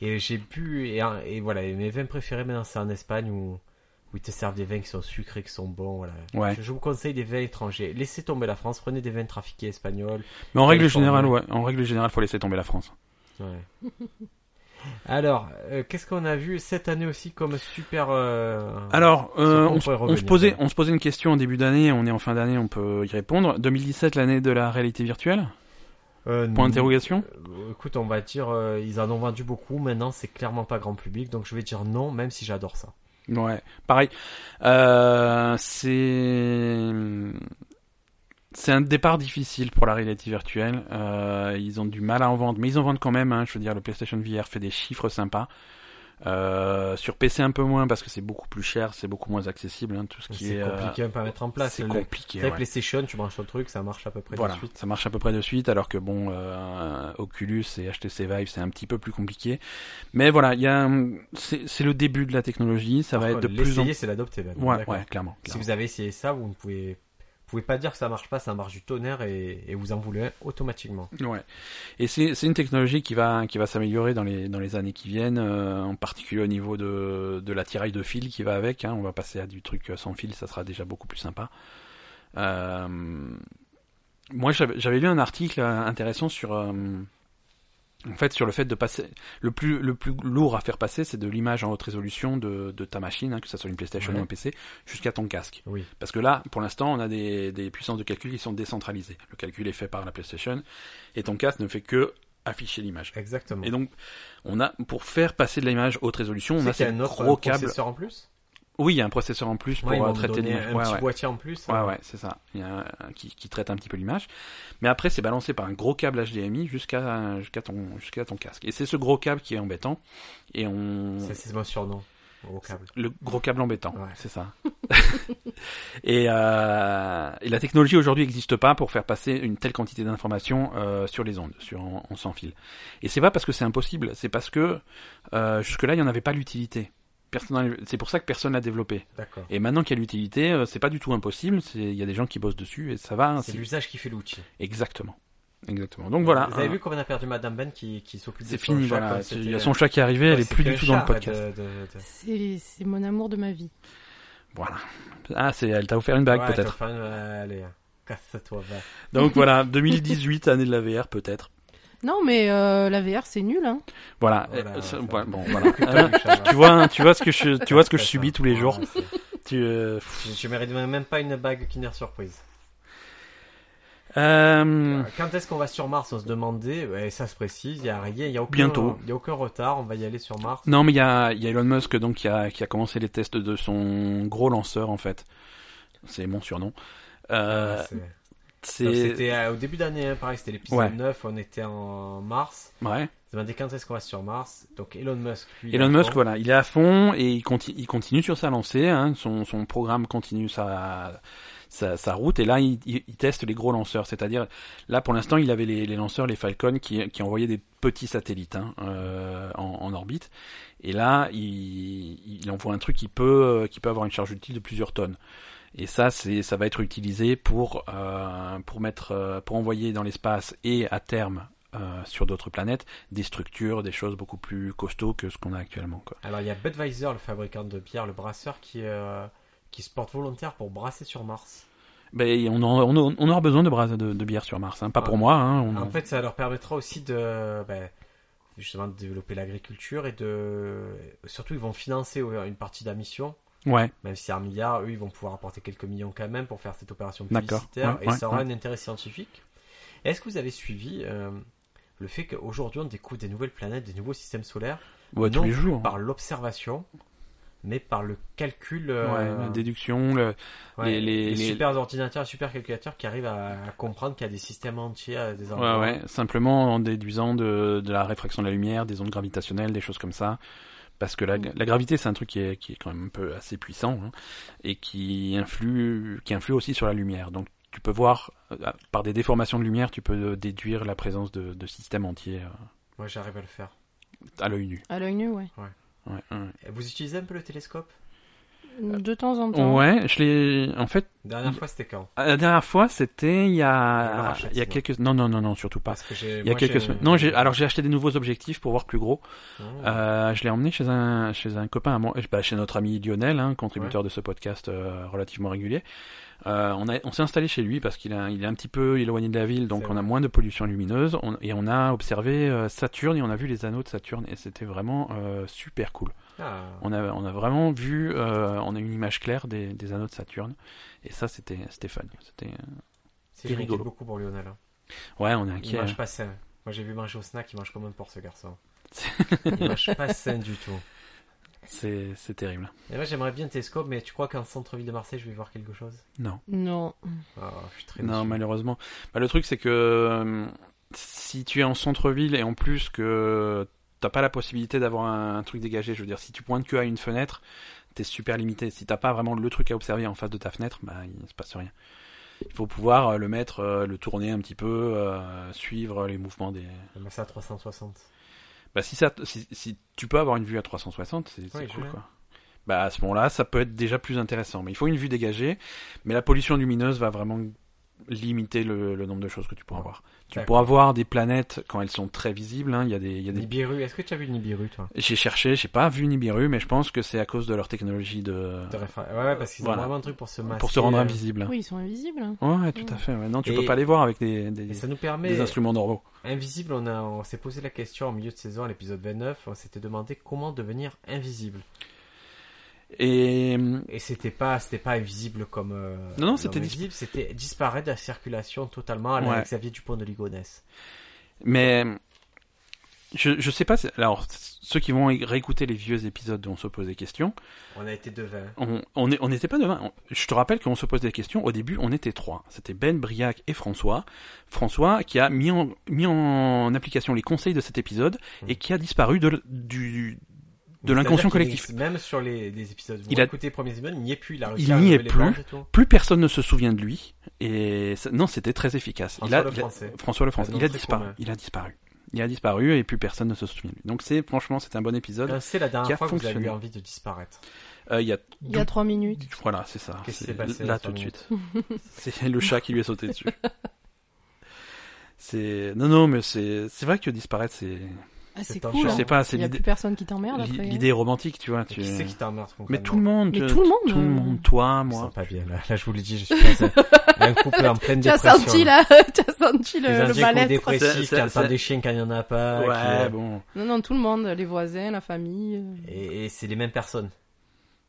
Speaker 2: Et j'ai bu, et, un- et voilà, et mes vins préférés maintenant c'est en Espagne où, où ils te servent des vins qui sont sucrés, qui sont bons, voilà.
Speaker 1: Ouais.
Speaker 2: Je, je vous conseille des vins étrangers. Laissez tomber la France, prenez des vins trafiqués espagnols.
Speaker 1: Mais en règle
Speaker 2: Californie.
Speaker 1: générale, ouais. En règle générale, faut laisser tomber la France. *laughs*
Speaker 2: Ouais. Alors, euh, qu'est-ce qu'on a vu cette année aussi comme super... euh,
Speaker 1: Alors, euh,
Speaker 2: qu'on
Speaker 1: on, se-
Speaker 2: pourrait
Speaker 1: on
Speaker 2: revenir,
Speaker 1: se posait,
Speaker 2: ouais.
Speaker 1: on se posait une question en début d'année. On est en fin d'année, on peut y répondre. 2017, l'année de la réalité virtuelle.
Speaker 2: euh,
Speaker 1: Point d'interrogation.
Speaker 2: euh, Écoute, on va dire, euh, ils en ont vendu beaucoup, maintenant c'est clairement pas grand public, donc je vais dire non, même si j'adore ça.
Speaker 1: Ouais. Pareil. Euh, c'est. C'est un départ difficile pour la réalité virtuelle. Euh, ils ont du mal à en vendre, mais ils en vendent quand même. Hein. Je veux dire, le PlayStation VR fait des chiffres sympas. Euh, sur PC un peu moins parce que c'est beaucoup plus cher, c'est beaucoup moins accessible. hein, tout ce qui
Speaker 2: C'est
Speaker 1: est euh,
Speaker 2: compliqué à mettre en place.
Speaker 1: C'est
Speaker 2: Le-
Speaker 1: compliqué.
Speaker 2: Tu sais,
Speaker 1: ouais.
Speaker 2: PlayStation, tu branches ton truc, ça marche à peu près de
Speaker 1: Voilà,
Speaker 2: suite.
Speaker 1: ça marche à peu près de suite, alors que bon, euh, Oculus et HTC Vive, c'est un petit peu plus compliqué. Mais voilà, il y a, un- c'est c'est le début de la technologie, ça va
Speaker 2: Par
Speaker 1: être de
Speaker 2: contre,
Speaker 1: plus en
Speaker 2: L'essayer, c'est l'adopter. Ben.
Speaker 1: Ouais,
Speaker 2: D'accord.
Speaker 1: ouais, clairement.
Speaker 2: Si
Speaker 1: clairement.
Speaker 2: vous avez essayé ça, vous ne pouvez, vous pouvez pas dire que ça marche pas, ça marche du tonnerre et, et vous en voulez un automatiquement.
Speaker 1: Ouais. Et c'est c'est une technologie qui va qui va s'améliorer dans les dans les années qui viennent, euh, en particulier au niveau de de l'attirail de fil qui va avec. hein. On va passer à du truc sans fil, ça sera déjà beaucoup plus sympa. Euh, moi, j'avais j'avais lu un article euh, intéressant sur euh, en fait sur le fait de passer le plus le plus lourd à faire passer, c'est de l'image en haute résolution de de ta machine, hein, que ça soit une PlayStation
Speaker 2: Ouais.
Speaker 1: ou un PC, jusqu'à ton casque.
Speaker 2: Oui.
Speaker 1: Parce que là, pour l'instant, on a des, des puissances de calcul qui sont décentralisées. Le calcul est fait par la PlayStation et ton casque ne fait que afficher l'image.
Speaker 2: Exactement.
Speaker 1: Et donc, on a pour faire passer de l'image haute résolution,
Speaker 2: Tu
Speaker 1: on
Speaker 2: sais
Speaker 1: a
Speaker 2: qu'il y
Speaker 1: ces
Speaker 2: a un autre
Speaker 1: gros câbles.
Speaker 2: processeur en plus
Speaker 1: Oui, il y a un processeur en plus pour
Speaker 2: Ouais, ils
Speaker 1: euh,
Speaker 2: m'ont
Speaker 1: traiter
Speaker 2: donné
Speaker 1: l'image.
Speaker 2: un
Speaker 1: Ouais,
Speaker 2: petit hein.
Speaker 1: ouais.
Speaker 2: boîtier en plus.
Speaker 1: Ouais, ouais, c'est ça. Il y a un, qui, qui traite un petit peu l'image. Mais après, c'est balancé par un gros câble HDMI jusqu'à jusqu'à ton jusqu'à ton casque. Et c'est ce gros câble qui est embêtant. Et on
Speaker 2: Ça, C'est mon surnom au câble.
Speaker 1: le gros câble embêtant,
Speaker 2: Ouais.
Speaker 1: c'est ça. *laughs* et, euh, et la technologie aujourd'hui n'existe pas pour faire passer une telle quantité d'informations euh, sur les ondes, sur en, en sans fil. Et c'est pas parce que c'est impossible, c'est parce que euh, jusque-là il n'y en avait pas l'utilité. Personne- C'est pour ça que personne l'a développé.
Speaker 2: D'accord.
Speaker 1: Et maintenant qu'il y a l'utilité, euh, c'est pas du tout impossible. c'est- Il y a des gens qui bossent dessus et ça va. hein,
Speaker 2: C'est
Speaker 1: c'est-
Speaker 2: l'usage qui fait l'outil.
Speaker 1: Exactement, exactement. Donc voilà,
Speaker 2: Vous avez
Speaker 1: hein,
Speaker 2: vu comment on a perdu Madame Ben qui, qui s'occupe de
Speaker 1: c'est
Speaker 2: son
Speaker 1: fini.
Speaker 2: chat,
Speaker 1: Voilà, il
Speaker 2: comme
Speaker 1: y a
Speaker 2: euh, c'était-
Speaker 1: son chat qui est arrivé, elle
Speaker 2: Ouais,
Speaker 1: est
Speaker 2: c'est
Speaker 1: plus
Speaker 2: qu'un
Speaker 1: du tout dans le
Speaker 2: chat euh. de-
Speaker 1: podcast.
Speaker 2: de- de- de-
Speaker 3: C'est c'est mon amour de ma vie.
Speaker 1: Voilà. Ah, c'est, elle t'a offert une bague
Speaker 2: Ouais,
Speaker 1: peut-être.
Speaker 2: t'as faim, euh, allez, casse-toi, va.
Speaker 1: Donc voilà, *laughs* 2018, année de la VR peut-être.
Speaker 3: Non mais euh, la VR c'est nul hein.
Speaker 1: Voilà.
Speaker 2: Voilà,
Speaker 1: Euh, ça-
Speaker 2: ça-
Speaker 1: voilà,
Speaker 2: *laughs*
Speaker 1: bon, voilà.
Speaker 2: Occupe-toi
Speaker 1: Hein,
Speaker 2: du chat, va.
Speaker 1: *laughs* tu vois, hein, tu vois ce que je, tu vois ce que je
Speaker 2: Ça,
Speaker 1: subis
Speaker 2: ça.
Speaker 1: tous les jours.
Speaker 2: Ouais, c'est-
Speaker 1: Tu, euh, pff.
Speaker 2: Je, je mérite même pas une bague Kinder Surprise.
Speaker 1: Euh,
Speaker 2: Quand est-ce qu'on va sur Mars On se demandait, et ça se précise, il n'y a rien, il n'y a, aucun-
Speaker 1: Bientôt.
Speaker 2: il y a aucun retard, on va y aller sur Mars.
Speaker 1: Non, mais il y a, il y a Elon Musk donc qui a, qui a commencé les tests de son gros lanceur en fait. C'est mon surnom. Euh,
Speaker 2: Ouais, c'est- Donc,
Speaker 1: c'est
Speaker 2: C'était euh, au début d'année, hein, pareil, c'était l'épisode
Speaker 1: Ouais.
Speaker 2: 9, on était en mars.
Speaker 1: ouais.
Speaker 2: On se demandait quand est-ce qu'on va sur Mars. Donc Elon Musk, lui.
Speaker 1: Elon
Speaker 2: il est à
Speaker 1: Musk,
Speaker 2: fond.
Speaker 1: voilà, il est à fond et il, conti- il continue sur sa lancée. hein. son, son programme continue sa, sa, sa route et là, il, il- il teste les gros lanceurs. C'est-à-dire, là, pour l'instant, il avait les, les lanceurs, les Falcon, qui, qui envoyaient des petits satellites hein, euh, en, en orbite. Et là, il, il envoie un truc qui peut, euh, qui peut avoir une charge utile de plusieurs tonnes. Et ça, c'est, ça va être utilisé pour euh, pour mettre, euh, pour envoyer dans l'espace et à terme euh, sur d'autres planètes des structures, des choses beaucoup plus costauds que ce qu'on a actuellement. Quoi.
Speaker 2: Alors il y a Budweiser, le fabricant de bière, le brasseur, qui, euh, qui se porte volontaire pour brasser sur Mars.
Speaker 1: Ben, on, en- on, en- on aura besoin de, bras, de, de bière sur Mars, hein. pas
Speaker 2: Ouais. Ah, ben,
Speaker 1: pour moi. Hein, on-
Speaker 2: En fait, ça leur permettra aussi de. ben, justement, de développer l'agriculture et de. Surtout, ils vont financer euh, une partie de la mission.
Speaker 1: Ouais,
Speaker 2: Même si c'est un milliard, eux, ils vont pouvoir apporter quelques millions quand même pour faire cette opération
Speaker 1: D'accord.
Speaker 2: publicitaire
Speaker 1: Ouais,
Speaker 2: et
Speaker 1: ouais,
Speaker 2: ça aura
Speaker 1: ouais.
Speaker 2: un intérêt scientifique. Est-ce que vous avez suivi euh, le fait qu'aujourd'hui on découvre des nouvelles planètes, des nouveaux systèmes solaires
Speaker 1: Ouais, tous
Speaker 2: Non, Bah,
Speaker 1: les jours.
Speaker 2: par l'observation, mais par le calcul,
Speaker 1: Ouais,
Speaker 2: euh,
Speaker 1: la déduction, le... les-
Speaker 2: ouais,
Speaker 1: les- les-
Speaker 2: super ordinateurs, les super calculateurs qui arrivent à, à comprendre qu'il y a des systèmes entiers à des
Speaker 1: ouais,
Speaker 2: endroits.
Speaker 1: ouais, simplement en déduisant de, de la réfraction de la lumière, des ondes gravitationnelles, des choses comme ça. Parce que la,
Speaker 2: Mm.
Speaker 1: la gravité, c'est un truc qui est, qui est quand même un peu assez puissant hein, et qui influe, qui influe aussi sur la lumière. Donc tu peux voir, euh, par des déformations de lumière, tu peux euh, déduire la présence de, de systèmes entiers euh,
Speaker 2: Moi, j'arrive à le faire.
Speaker 1: à l'œil nu.
Speaker 3: À l'œil nu, ouais.
Speaker 1: Ouais, ouais, ouais.
Speaker 2: Vous utilisez un peu le télescope
Speaker 3: De temps en temps.
Speaker 1: Euh, Ouais, je l'ai. En fait,
Speaker 2: Dernière
Speaker 1: Il-
Speaker 2: fois, c'était quand
Speaker 1: à la dernière fois, c'était il y
Speaker 2: Il y a le
Speaker 1: a,
Speaker 2: rachat,
Speaker 1: il y a
Speaker 2: sinon.
Speaker 1: quelques. Non, non, non, non, surtout pas.
Speaker 2: Parce que j'ai.
Speaker 1: Il y a
Speaker 2: moi,
Speaker 1: quelques
Speaker 2: j'ai-
Speaker 1: semaines. Non, j'ai alors j'ai acheté des nouveaux objectifs pour voir plus gros.
Speaker 2: Oh.
Speaker 1: Euh, je l'ai emmené chez un chez un copain à moi, bah, chez notre ami Lionel, hein, contributeur de ce podcast euh, relativement régulier. Euh, on a on s'est installé chez lui parce qu'il a il est un petit peu éloigné de la ville, donc
Speaker 2: C'est
Speaker 1: on a
Speaker 2: vrai.
Speaker 1: moins de pollution lumineuse on- et on a observé euh, Saturne et on a vu les anneaux de Saturne et c'était vraiment euh, super cool.
Speaker 2: Ah.
Speaker 1: On a, on a vraiment vu, euh, on a une image claire des, des anneaux de Saturne. Et ça, c'était c'était fun. C'était, euh, C'est
Speaker 2: C'est je m'inquiète
Speaker 1: rigolo.
Speaker 2: beaucoup pour Lionel. hein.
Speaker 1: Ouais, on est
Speaker 2: Il
Speaker 1: inquiet.
Speaker 2: mange pas sain. Moi j'ai vu manger au snack, il mange comme un porc
Speaker 1: *laughs*
Speaker 2: ce garçon. il mange pas sain du tout.
Speaker 1: C'est c'est terrible.
Speaker 2: Et moi j'aimerais bien un télescope, mais tu crois qu'en centre-ville de Marseille je vais voir quelque chose
Speaker 1: Non.
Speaker 3: Non.
Speaker 2: Oh, je suis très
Speaker 1: Non,
Speaker 2: déçu.
Speaker 1: malheureusement. Bah, le truc, c'est que euh, si tu es en centre-ville et en plus que t'as pas la possibilité d'avoir un, un truc dégagé, je veux dire, si tu pointes que à une fenêtre, t'es super limité. Si t'as pas vraiment le truc à observer en face de ta fenêtre, bah, il se passe rien. Il faut pouvoir euh, le mettre, euh, le tourner un petit peu, euh, suivre les mouvements des,
Speaker 2: Ah, Mais ça à 360.
Speaker 1: Bah si ça, si, si tu peux avoir une vue à 360, c'est c'est
Speaker 2: Oui,
Speaker 1: cool
Speaker 2: je
Speaker 1: quoi. Bah à ce moment-là, ça peut être déjà plus intéressant. Mais il faut une vue dégagée. Mais la pollution lumineuse va vraiment limiter le, le nombre de choses que tu pourras
Speaker 2: Ouais.
Speaker 1: voir. Tu
Speaker 2: D'accord. Mm.
Speaker 1: pourras voir des planètes quand elles sont très visibles. hein. Il y a des, il y a des...
Speaker 2: Nibiru, est-ce que tu as vu le Nibiru toi
Speaker 1: J'ai cherché, j'ai pas vu Nibiru, mais je pense que c'est à cause de leur technologie de
Speaker 2: De réfra- Ouais, ouais, parce qu'ils
Speaker 1: Voilà.
Speaker 2: ont vraiment un truc pour se masquer.
Speaker 1: pour se rendre
Speaker 2: euh, Mm.
Speaker 1: invisible.
Speaker 3: Oui, ils sont invisibles. hein.
Speaker 1: Ouais, tout à fait. ouais. Non, tu
Speaker 2: Et-
Speaker 1: peux pas les voir avec des,
Speaker 2: Et
Speaker 1: des,
Speaker 2: ça nous permet.
Speaker 1: des instruments normaux.
Speaker 2: Invisible, on, a- on s'est posé la question en milieu de saison à l'épisode 29. On s'était demandé comment devenir invisible.
Speaker 1: Et hum,
Speaker 2: Et c'était pas, c'était pas invisible comme. euh,
Speaker 1: Non, non, c'était dis-
Speaker 2: invisible, c'était disparaître de la circulation totalement à la
Speaker 1: Ouais.
Speaker 2: Xavier Dupont de Ligonnès.
Speaker 1: Mais je, je sais pas. c'est- Alors, c- ceux qui vont é- réécouter les vieux épisodes dont on se pose des questions,
Speaker 2: On a été devins.
Speaker 1: on on est- on n'était pas devant. Je te rappelle qu'on se pose des questions. Au début, on était trois. C'était Ben, Briac et François. François qui a mis en, mis en application les conseils de cet épisode
Speaker 2: Mm.
Speaker 1: et qui a disparu de, l- du. De
Speaker 2: Mais
Speaker 1: l'inconscient
Speaker 2: c'est-à-dire qu'il
Speaker 1: collectif.
Speaker 2: n'existe- Même sur les, les épisodes, vous
Speaker 1: Il a-
Speaker 2: écoutez les premiers épisodes, il n'y est plus. Il, a réussi
Speaker 1: Il
Speaker 2: à
Speaker 1: n'y est
Speaker 2: renouveler les
Speaker 1: plus.
Speaker 2: bandes et tout.
Speaker 1: Plus personne ne se souvient de lui. Et ça- non, c'était très efficace. Il
Speaker 2: François Ah,
Speaker 1: a-
Speaker 2: le
Speaker 1: il a-
Speaker 2: Français.
Speaker 1: François le Français.
Speaker 2: Un
Speaker 1: Il a
Speaker 2: autre
Speaker 1: disparu.
Speaker 2: commun.
Speaker 1: Il a disparu. Il a disparu et plus personne ne se souvient de lui. Donc c'est franchement c'est un bon épisode.
Speaker 2: Quand C'est la
Speaker 1: qui
Speaker 2: dernière
Speaker 1: a
Speaker 2: fois que vous avez eu
Speaker 1: fonctionné.
Speaker 2: envie de disparaître.
Speaker 1: Euh, il y a
Speaker 3: Il y a trois minutes.
Speaker 1: Voilà, c'est ça.
Speaker 2: Qu'est-ce qui
Speaker 1: C'est
Speaker 2: s'est passé
Speaker 1: là
Speaker 2: à
Speaker 1: tout de
Speaker 2: Saint-Denis
Speaker 3: *laughs*
Speaker 1: suite. c'est le chat qui lui est sauté dessus. C'est non non mais c'est c'est vrai que disparaître c'est
Speaker 3: Ah, c'est
Speaker 2: C'est un
Speaker 3: cool.
Speaker 1: je
Speaker 2: Non.
Speaker 1: sais
Speaker 3: hein.
Speaker 1: pas c'est
Speaker 3: Il n'y a
Speaker 1: l'idée
Speaker 3: plus personne qui t'emmerde
Speaker 1: l'i-
Speaker 3: après. hein.
Speaker 1: l'idée est romantique tu vois
Speaker 2: Et
Speaker 1: tu
Speaker 2: Qui c'est qui t'emmerde
Speaker 1: mais tout le monde
Speaker 3: Mais
Speaker 1: euh,
Speaker 3: tout le monde,
Speaker 1: tout le
Speaker 3: euh,
Speaker 1: monde toi
Speaker 2: Ils sont
Speaker 1: moi
Speaker 2: pas bien là. Là, je vous le dis, je suis dans un, un couple
Speaker 3: *laughs*
Speaker 2: en pleine
Speaker 3: Tu as
Speaker 2: dépression.
Speaker 3: senti là, tu as senti le,
Speaker 2: les
Speaker 3: le
Speaker 2: Indiens qui sont
Speaker 3: mal-être.
Speaker 1: C'est-
Speaker 2: dépressifs,
Speaker 1: c'est-
Speaker 2: qui entendent
Speaker 1: c'est-
Speaker 2: des chiens quand il n'y en a pas.
Speaker 1: ouais
Speaker 2: qui, euh,
Speaker 1: bon
Speaker 3: Non, non, tout le monde, les voisins, la famille. euh.
Speaker 2: Et, et c'est les mêmes personnes.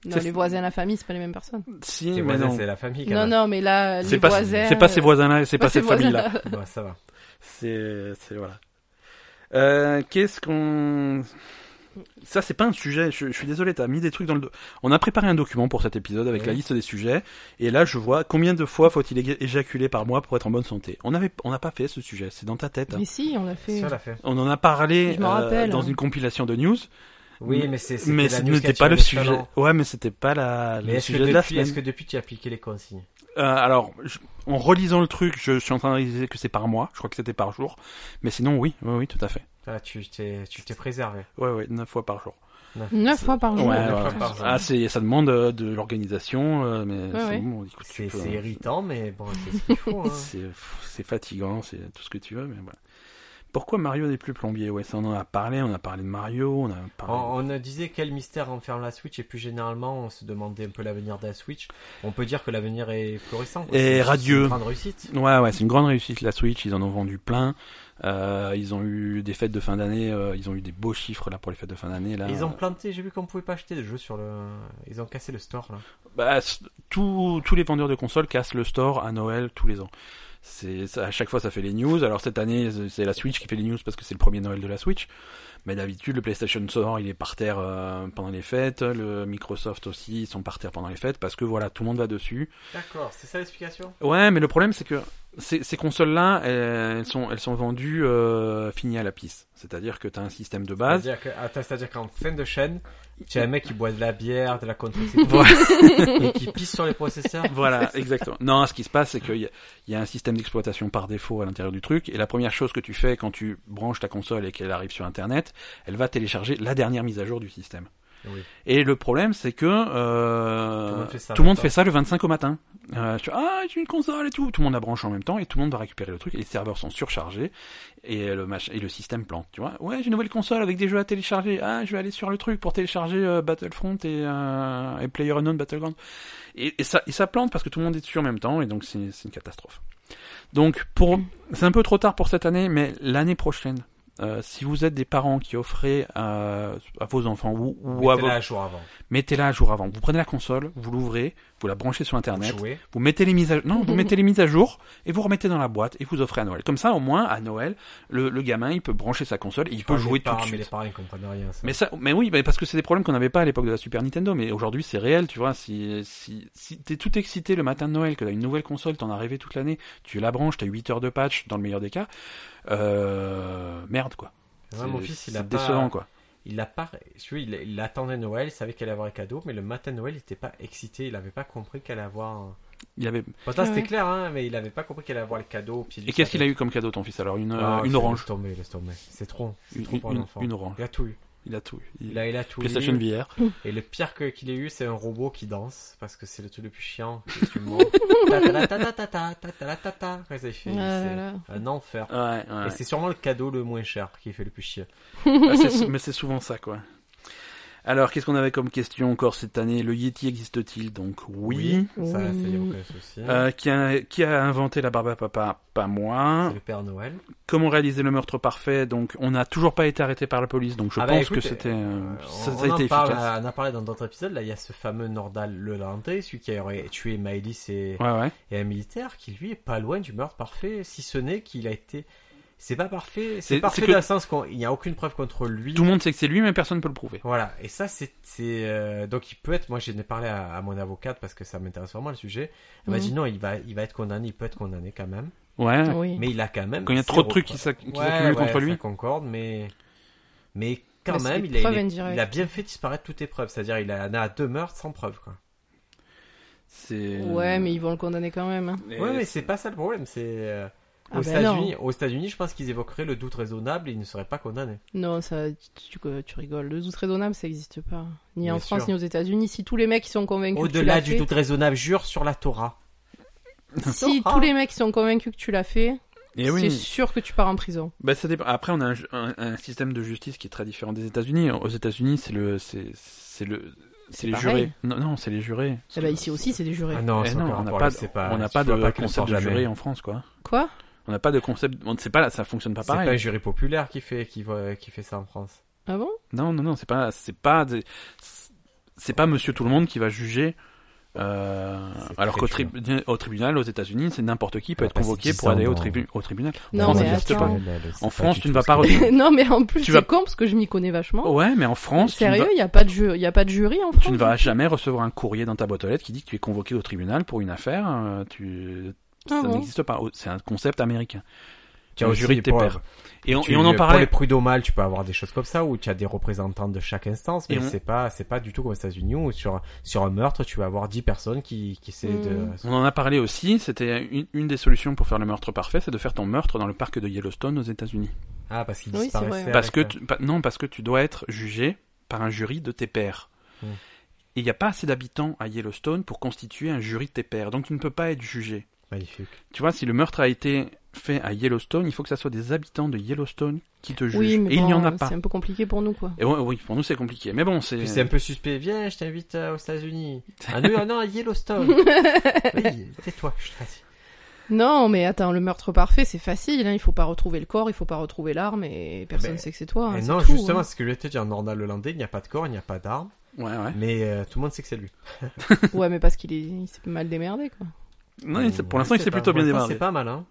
Speaker 3: Non,
Speaker 1: C'est-
Speaker 3: les voisins, la famille, c'est pas les mêmes personnes.
Speaker 1: Si,
Speaker 2: Tes
Speaker 1: Mmh, mais
Speaker 2: voisins,
Speaker 1: non.
Speaker 2: c'est la famille, quand
Speaker 3: Non,
Speaker 2: même.
Speaker 3: non, mais là, les
Speaker 1: C'est pas,
Speaker 3: voisins.
Speaker 1: c'est pas ces
Speaker 3: euh,
Speaker 1: voisins-là, c'est
Speaker 3: pas
Speaker 1: pas
Speaker 3: ces *laughs*
Speaker 1: cette famille-là.
Speaker 2: Bon, ça va.
Speaker 1: C'est, c'est voilà. Euh, qu'est-ce qu'on. Ça, c'est pas un sujet. Je, je suis désolé, t'as mis des trucs dans le. do- On a préparé un document pour cet épisode avec
Speaker 2: Oui.
Speaker 1: la liste des sujets. Et là, je vois combien de fois faut-il ég- éjaculer par mois pour être en bonne santé. On avait, on n'a pas fait ce sujet. C'est dans ta tête. hein.
Speaker 3: Mais si, on l'a fait.
Speaker 2: Si, on l'a fait.
Speaker 1: On en a parlé euh,
Speaker 3: Je m'en rappelle,
Speaker 1: dans
Speaker 3: hein.
Speaker 1: une compilation de news,
Speaker 2: Oui, mais c'est c'était
Speaker 1: mais
Speaker 2: la
Speaker 1: ce
Speaker 2: news qui a
Speaker 1: n'était pas
Speaker 2: tiré
Speaker 1: le
Speaker 2: les
Speaker 1: sujet.
Speaker 2: salons.
Speaker 1: Ouais, mais c'était pas la,
Speaker 2: Mais
Speaker 1: le
Speaker 2: est-ce
Speaker 1: sujet
Speaker 2: que,
Speaker 1: de la
Speaker 2: depuis,
Speaker 1: semaine.
Speaker 2: est-ce que depuis tu as appliqué les consignes
Speaker 1: Euh, alors, je- en relisant le truc, je, suis en train de réaliser que c'est par mois. Je crois que c'était par jour. Mais sinon, oui, oui, oui, tout à fait.
Speaker 2: Ah, tu t'es tu t'es préservé.
Speaker 1: Ouais, ouais, 9 fois par jour.
Speaker 3: Neuf fois par
Speaker 1: Ouais,
Speaker 3: jour.
Speaker 2: ouais,
Speaker 1: ouais.
Speaker 2: fois par jour.
Speaker 1: Ah, c'est, ça demande euh, de l'organisation, euh, mais
Speaker 3: Ouais,
Speaker 1: c'est
Speaker 3: ouais.
Speaker 1: bon, écoute, tu
Speaker 2: C'est
Speaker 1: peux,
Speaker 2: c'est
Speaker 1: hein.
Speaker 2: irritant, mais bon, c'est ce
Speaker 1: *laughs*
Speaker 2: qu'il faut. hein.
Speaker 1: c'est, pff, c'est fatigant, c'est tout ce que tu veux, mais voilà. Pourquoi Mario n'est plus plombier Ouais, ça on en a parlé, on a parlé de Mario, on a
Speaker 2: On,
Speaker 1: parlé.
Speaker 2: on euh, disait quel mystère enferme la Switch et plus généralement on se demandait un peu l'avenir de la Switch. On peut dire que l'avenir est florissant. quoi.
Speaker 1: Et
Speaker 2: C'est- c'est
Speaker 1: radieux.
Speaker 2: Une grande réussite.
Speaker 1: Ouais, ouais, c'est une grande réussite la Switch, ils en ont vendu plein. Euh, ils ont eu des fêtes de fin d'année, euh, ils ont eu des beaux chiffres là pour les fêtes de fin d'année là.
Speaker 2: Ils ont planté, j'ai vu qu'on pouvait pas acheter de jeux sur le... Ils ont cassé le store là.
Speaker 1: Bah, c- tous tous les vendeurs de consoles cassent le store à Noël tous les ans. C'est ça- à chaque fois ça fait les news. Alors cette année euh, c'est la Switch qui fait les news parce que c'est le premier Noël de la Switch. Mais d'habitude le PlayStation Store il est par terre euh, pendant les fêtes. Le Microsoft aussi ils sont par terre pendant les fêtes parce que voilà tout le monde va dessus.
Speaker 2: D'accord, c'est ça l'explication
Speaker 1: Ouais mais le problème c'est que ces, ces consoles là elles sont elles sont vendues euh, finies à la pisse. C'est-à-dire que t'as un système de base.
Speaker 2: C'est-à-dire que- attends, c'est-à-dire qu'en fin de chaîne, tu as un mec qui boit de la bière, de la contre
Speaker 1: *laughs* Voilà.
Speaker 2: et qui pisse sur les processeurs.
Speaker 1: *laughs* Voilà, exactement. Non, ce qui se passe, c'est qu'il y, a- il y a un système d'exploitation par défaut à l'intérieur du truc, et la première chose que tu fais quand tu branches ta console et qu'elle arrive sur Internet, elle va télécharger la dernière mise à jour du système.
Speaker 2: Oui.
Speaker 1: Et le problème, c'est que euh,
Speaker 2: Tout le monde fait ça
Speaker 1: tout le
Speaker 2: en
Speaker 1: monde
Speaker 2: même
Speaker 1: fait ça le 25 au matin. Euh, tu, ah, j'ai une console et tout. Tout le monde la branche en même temps et tout le monde va récupérer le truc. Et les serveurs sont surchargés et le mach- et le système plante. Tu vois Ouais, j'ai une nouvelle console avec des jeux à télécharger. Ah, je vais aller sur le truc pour télécharger euh, Battlefront et, euh, et PlayerUnknown Battleground. Et, et ça, et ça plante parce que tout le monde est dessus en même temps et donc c'est c'est une catastrophe. Donc pour, c'est un peu trop tard pour cette année, mais l'année prochaine. euh, si vous êtes des parents qui offrez à, à vos enfants ou, ou à
Speaker 2: Mettez-la
Speaker 1: vos
Speaker 2: à jour avant.
Speaker 1: mettez-la un jour avant. Vous prenez la console, vous l'ouvrez, vous la branchez sur internet,
Speaker 2: Jouer.
Speaker 1: vous mettez les mises à non, vous mettez les mises à jour et vous remettez dans la boîte et vous offrez à Noël. Comme ça, au moins à Noël, le, le gamin il peut brancher sa console et il peut
Speaker 2: Enfin,
Speaker 1: jouer
Speaker 2: les
Speaker 1: tout de
Speaker 2: parents, Mais les
Speaker 1: suite.
Speaker 2: parents ils comprennent rien. ça.
Speaker 1: Mais ça, mais oui, mais parce que c'est des problèmes qu'on n'avait pas à l'époque de la Super Nintendo, mais aujourd'hui c'est réel, tu vois. Si si si t'es tout excité le matin de Noël que t'as une nouvelle console, t'en as rêvé toute l'année, tu la branches, t'as 8 heures de patch dans le meilleur des cas, euh, merde quoi.
Speaker 2: Ouais, mon
Speaker 1: C'est-
Speaker 2: fils, il a
Speaker 1: c'est
Speaker 2: pas-
Speaker 1: décevant quoi.
Speaker 2: Il a pas, je veux dire, il, il attendait Noël, il savait qu'elle allait avoir un cadeau, mais le matin de Noël, il était pas excité, il avait pas compris qu'elle allait avoir. un-
Speaker 1: Il y avait.
Speaker 2: Pourtant,
Speaker 3: Ouais.
Speaker 2: c'était clair, hein, mais il avait pas compris qu'elle allait avoir le cadeau. Puis Ah,
Speaker 1: Et qu'est-ce qu'il a eu comme cadeau ton fils alors une euh, une
Speaker 2: Laisse
Speaker 1: orange.
Speaker 2: tomber, laisse tomber. C'est trop, c'est
Speaker 1: Une,
Speaker 2: trop pour un
Speaker 1: une-
Speaker 2: enfant.
Speaker 1: une orange.
Speaker 2: Il a tout eu.
Speaker 1: Il a tout. Il,
Speaker 2: Il a, il a tout
Speaker 1: PlayStation
Speaker 2: eu. *laughs*
Speaker 1: VR.
Speaker 2: Et le pire que- qu'il ait eu, c'est un robot qui danse, parce que c'est le truc le plus chiant. que
Speaker 1: *laughs*
Speaker 2: tu mords. Ta-ta-la-ta-ta-ta-ta, ta-ta-la-ta-ta. Quand ça, il fait-
Speaker 3: Ah là là.
Speaker 2: C'est un enfer.
Speaker 1: Ouais, *laughs*
Speaker 2: Et c'est sûrement le cadeau le moins cher qui fait le plus chier.
Speaker 1: mais c'est souvent ça, quoi. Alors, qu'est-ce qu'on avait comme question encore cette année Le Yeti existe-t-il Donc oui.
Speaker 2: Ça, c'est
Speaker 3: Oui.
Speaker 2: aucun souci.
Speaker 1: Euh, qui, a, qui a inventé la barbe à papa Pas moi.
Speaker 2: C'est le Père Noël.
Speaker 1: Comment réaliser le meurtre parfait Donc, on n'a toujours pas été arrêté par la police, donc je
Speaker 2: Ah bah,
Speaker 1: pense
Speaker 2: écoute,
Speaker 1: que c'était... euh,
Speaker 2: Euh,
Speaker 1: ça,
Speaker 2: on,
Speaker 1: ça a
Speaker 2: on
Speaker 1: été
Speaker 2: en parle,
Speaker 1: efficace.
Speaker 2: euh, on en parlait dans d'autres épisodes. Là, il y a ce fameux Nordal le Landais, celui qui aurait tué Maëlys et,
Speaker 1: Ouais, ouais.
Speaker 2: et un militaire, qui lui est pas loin du meurtre parfait, si ce n'est qu'il a été. C'est pas parfait.
Speaker 1: C'est-
Speaker 2: C'est parfait
Speaker 1: c'est que-
Speaker 2: dans le sens qu'il n'y a aucune preuve contre lui.
Speaker 1: Tout le monde sait que c'est lui, mais personne ne peut le prouver.
Speaker 2: Voilà, et ça c'est... c'est, euh, donc il peut être, moi j'en ai parlé à, à mon avocate parce que ça m'intéresse vraiment le sujet, elle m'a
Speaker 3: Mhm.
Speaker 2: dit non, il va, il va être condamné, il peut être condamné quand même,
Speaker 1: Ouais.
Speaker 3: Oui.
Speaker 2: mais il a quand même...
Speaker 1: Quand il y a
Speaker 2: zéro
Speaker 1: trop de trucs
Speaker 2: preuve.
Speaker 1: qui s'acc- qui
Speaker 2: Ouais,
Speaker 1: s'accumulent
Speaker 2: ouais,
Speaker 1: contre lui.
Speaker 2: ça concorde, mais... Mais quand
Speaker 3: Mais c'est
Speaker 2: même,
Speaker 3: des
Speaker 2: il a,
Speaker 3: preuves
Speaker 2: il, est-
Speaker 3: indirectes.
Speaker 2: il a bien fait disparaître toutes les preuves, c'est-à-dire il en a deux meurtres sans preuve, quoi.
Speaker 1: C'est...
Speaker 3: Ouais, mais ils vont le condamner quand même. hein.
Speaker 1: Et
Speaker 2: Ouais, mais c'est pas ça le problème, c'est... euh,
Speaker 3: Ah
Speaker 2: aux
Speaker 3: ben non.
Speaker 2: États-Unis, aux États-Unis, je pense qu'ils évoqueraient le doute raisonnable et ils ne seraient pas condamnés.
Speaker 3: Non, ça, tu, tu- tu rigoles. Le doute raisonnable, ça n'existe pas. Ni en
Speaker 2: Bien
Speaker 3: France,
Speaker 2: sûr.
Speaker 3: ni aux États-Unis. Si tous les mecs qui sont convaincus que tu
Speaker 2: Au-delà
Speaker 3: l'as
Speaker 2: du
Speaker 3: fait,
Speaker 2: doute raisonnable, jure sur la Torah.
Speaker 3: si
Speaker 2: Ah.
Speaker 3: tous les mecs qui sont convaincus que tu l'as fait,
Speaker 1: Et Eh oui.
Speaker 3: c'est sûr que tu pars en prison.
Speaker 1: Bah, ça dépend. Après, on a un, ju- un- un système de justice qui est très différent des États-Unis. Aux États-Unis, c'est le, c'est, c'est le, c'est les
Speaker 3: pareil.
Speaker 1: jurés. Non, non, c'est les jurés.
Speaker 3: Eh ben, ici aussi, c'est des jurés.
Speaker 2: Ah non,
Speaker 1: Eh
Speaker 2: c'est
Speaker 1: non,
Speaker 2: encore
Speaker 1: on
Speaker 2: un
Speaker 1: n'a
Speaker 2: problème,
Speaker 1: pas,
Speaker 2: c'est
Speaker 1: on n'a
Speaker 2: tu
Speaker 1: pas
Speaker 2: vois
Speaker 1: de
Speaker 2: qu'ils le
Speaker 1: concept
Speaker 2: sortent
Speaker 1: de
Speaker 2: jamais.
Speaker 1: juré en France, quoi.
Speaker 3: Quoi
Speaker 1: On n'a pas de concept. On ne sait pas. Ça fonctionne pas
Speaker 2: C'est pas
Speaker 1: pareil.
Speaker 2: un jury populaire qui fait, qui, voit- qui fait ça en France.
Speaker 3: Ah bon *laughs*
Speaker 1: Non, non, non. C'est pas, c'est pas. Des... c'est pas Monsieur Tout le Monde qui va juger. euh,
Speaker 2: C'est Ah
Speaker 1: alors
Speaker 2: très
Speaker 1: qu'au
Speaker 2: dur.
Speaker 1: tri- au tribunal, aux États-Unis, c'est n'importe qui peut
Speaker 2: On va
Speaker 1: être
Speaker 2: passer
Speaker 1: convoqué
Speaker 2: 10
Speaker 1: pour
Speaker 2: ans
Speaker 1: aller au,
Speaker 2: dans-
Speaker 1: tribu- au tribunal.
Speaker 3: Non,
Speaker 1: En
Speaker 3: mais
Speaker 1: France, ça n'existe
Speaker 3: attends.
Speaker 1: pas. En France, tu ne vas pas. re-
Speaker 3: non, mais en plus,
Speaker 1: Tu
Speaker 3: c'est
Speaker 1: vas-
Speaker 3: con parce que je m'y connais vachement.
Speaker 1: Ouais, mais en France, tu ne vas-
Speaker 3: Sérieux, il y a pas de ju- il y a pas de jury en France.
Speaker 1: Tu ne vas jamais recevoir un courrier dans ta boîte aux lettres qui dit que tu es convoqué au tribunal pour une affaire. euh, Tu...
Speaker 3: Ah
Speaker 1: ça
Speaker 3: bon
Speaker 1: n'existe pas. Oh, C'est un concept américain.
Speaker 2: Tu
Speaker 1: Le
Speaker 2: aussi
Speaker 1: jury de tes
Speaker 2: pour-
Speaker 1: pairs. Et on,
Speaker 2: tu-
Speaker 1: et on en
Speaker 2: Pour
Speaker 1: parlait.
Speaker 2: les prud'homales, tu peux avoir des choses comme ça où tu as des représentants de chaque instance, mais
Speaker 1: Et on-
Speaker 2: c'est pas c'est pas du tout comme aux États-Unis où sur sur un meurtre, tu vas avoir 10 personnes qui qui essaient de
Speaker 3: Mm.
Speaker 1: On en a parlé aussi. C'était une, une des solutions pour faire le meurtre parfait, c'est de faire ton meurtre dans le parc de Yellowstone aux États-Unis.
Speaker 2: Ah parce qu'ils
Speaker 3: Oui, c'est
Speaker 2: disparaissaient.
Speaker 3: vrai.
Speaker 1: Parce que
Speaker 2: avec, euh,
Speaker 1: tu, pa- non, parce que tu dois être jugé par un jury de tes pairs.
Speaker 2: Mm.
Speaker 1: Il n'y a pas assez d'habitants à Yellowstone pour constituer un jury de tes pairs, donc tu ne peux pas être jugé.
Speaker 2: euh, Magnifique.
Speaker 1: Tu vois, si le meurtre a été fait à Yellowstone, il faut que ça soit des habitants de Yellowstone qui te jugent.
Speaker 3: Oui, mais
Speaker 1: Et il n'y
Speaker 3: bon,
Speaker 1: en a pas.
Speaker 3: C'est un peu compliqué pour nous, quoi.
Speaker 1: Et ouais, oui, pour nous c'est compliqué. Mais bon, c'est.
Speaker 2: Puis c'est un peu suspect. Viens, je t'invite euh, aux États-Unis. Ah non, non,
Speaker 3: *laughs*
Speaker 2: à Yellowstone. oui, tais-toi. je te fais-
Speaker 3: Non, mais attends, le meurtre parfait, c'est facile. Hein. Il faut pas retrouver le corps, il faut pas retrouver l'arme, et personne
Speaker 2: Mais-
Speaker 3: sait que c'est toi. hein,
Speaker 2: Et
Speaker 3: c'est
Speaker 2: non,
Speaker 3: tout,
Speaker 2: justement,
Speaker 3: hein.
Speaker 2: c'est ce que je voulais te dire. En Nord-Hollandais, il n'y a pas de corps, il n'y a pas d'armes,
Speaker 1: *laughs* Ouais, ouais.
Speaker 2: mais euh, tout le monde sait que c'est lui.
Speaker 3: Ouais, mais parce qu'il est... il s'est mal démerdé, quoi.
Speaker 1: Non, il s'est- pour
Speaker 2: Euh,
Speaker 1: l'instant, il s'est
Speaker 2: je sais pas.
Speaker 1: plutôt bien
Speaker 2: Pour l'instant,
Speaker 1: démarré.
Speaker 2: C'est pas mal, hein.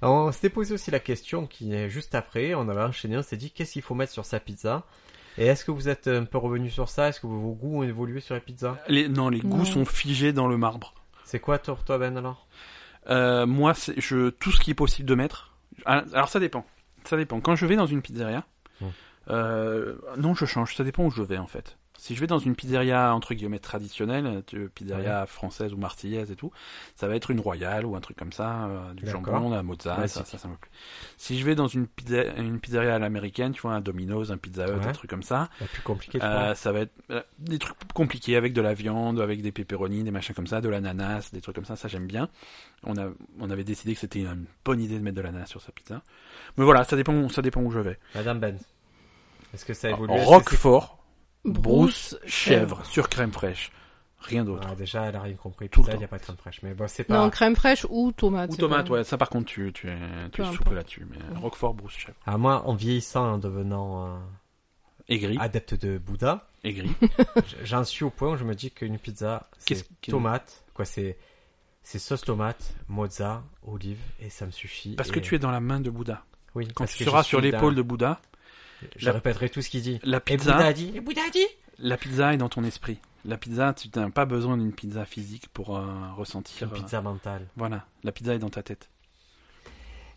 Speaker 2: Alors, On s'était posé aussi la question qui est juste après. On avait enchaîné, on s'est dit qu'est-ce qu'il faut mettre sur sa pizza. Et est-ce que vous êtes un peu revenu sur ça Est-ce que vos goûts ont évolué sur la pizza
Speaker 1: Les, non, les goûts
Speaker 3: Non.
Speaker 1: sont figés dans le marbre.
Speaker 2: C'est quoi toi, toi, Ben alors
Speaker 1: Euh, moi, c'est- je tout ce qui est possible de mettre. Ah, Alors ça dépend. Ça dépend. Quand je vais dans une pizzeria,
Speaker 2: Hmm.
Speaker 1: euh, non, je change. Ça dépend où je vais en fait. Si je vais dans une pizzeria entre guillemets traditionnelle, tu- pizzeria française ou marseillaise et tout, ça va être une royale ou un truc comme ça, euh, du
Speaker 2: D'accord.
Speaker 1: jambon, de la mozza, ça,
Speaker 2: Classique.
Speaker 1: ça, ça me plaît. Si je vais dans une, pizza- une pizzeria à l'américaine, tu vois, un Domino's, un Pizza Hut, un
Speaker 2: Ouais.
Speaker 1: truc comme ça,
Speaker 2: La plus compliquée. tu
Speaker 1: Euh, ça va être euh, des trucs compliqués avec de la viande, avec des pépéronis, des machins comme ça, de l'ananas, des trucs comme ça, ça j'aime bien. On, a, on avait décidé que c'était une bonne idée de mettre de l'ananas sur sa pizza. Mais voilà, ça dépend, ça dépend où je vais.
Speaker 2: crois Madame Ben. Est-ce que ça a évolué Est-ce que c'est-
Speaker 1: Oh, Roquefort,
Speaker 3: Bruce,
Speaker 1: brousse, chèvre, sur crème fraîche. Rien d'autre.
Speaker 2: Ah, déjà, elle a rien compris.
Speaker 1: Tout le
Speaker 2: pizza, il
Speaker 1: temps.
Speaker 2: n'y a pas de crème fraîche. Mais bon, c'est pas.
Speaker 3: Non, crème fraîche ou tomate.
Speaker 1: Ou
Speaker 3: Ah, c'est
Speaker 1: tomate,
Speaker 3: pas-
Speaker 1: ouais, ça par contre tu, tu es, tu
Speaker 3: Peu
Speaker 1: es
Speaker 3: importe.
Speaker 1: souple là-dessus. Mais euh,
Speaker 3: Ouais.
Speaker 1: Roquefort, brousse, chèvre.
Speaker 2: À moi, en vieillissant, en devenant euh,
Speaker 1: Aigri,
Speaker 2: adepte de Bouddha,
Speaker 1: aigri.
Speaker 3: *laughs*
Speaker 2: j- j'en suis au point où je me dis qu'une pizza,
Speaker 1: Qu'est-ce
Speaker 2: c'est
Speaker 1: que-
Speaker 2: tomate, quoi, c'est c'est sauce tomate, mozza, olive, et ça me suffit.
Speaker 1: Parce que tu es dans la main de Bouddha.
Speaker 2: oui,
Speaker 1: Quand tu seras sur l'épaule de Bouddha,
Speaker 2: Je
Speaker 1: la-
Speaker 2: répéterai tout ce qu'il dit.
Speaker 1: la
Speaker 2: Et Bouddha
Speaker 1: pizza,
Speaker 2: a dit. Et Bouddha a dit.
Speaker 1: la pizza est dans ton esprit. La pizza, tu n'as pas besoin d'une pizza physique pour euh, ressentir.
Speaker 2: Une
Speaker 1: euh,
Speaker 2: pizza mentale.
Speaker 1: Voilà, la pizza est dans ta tête.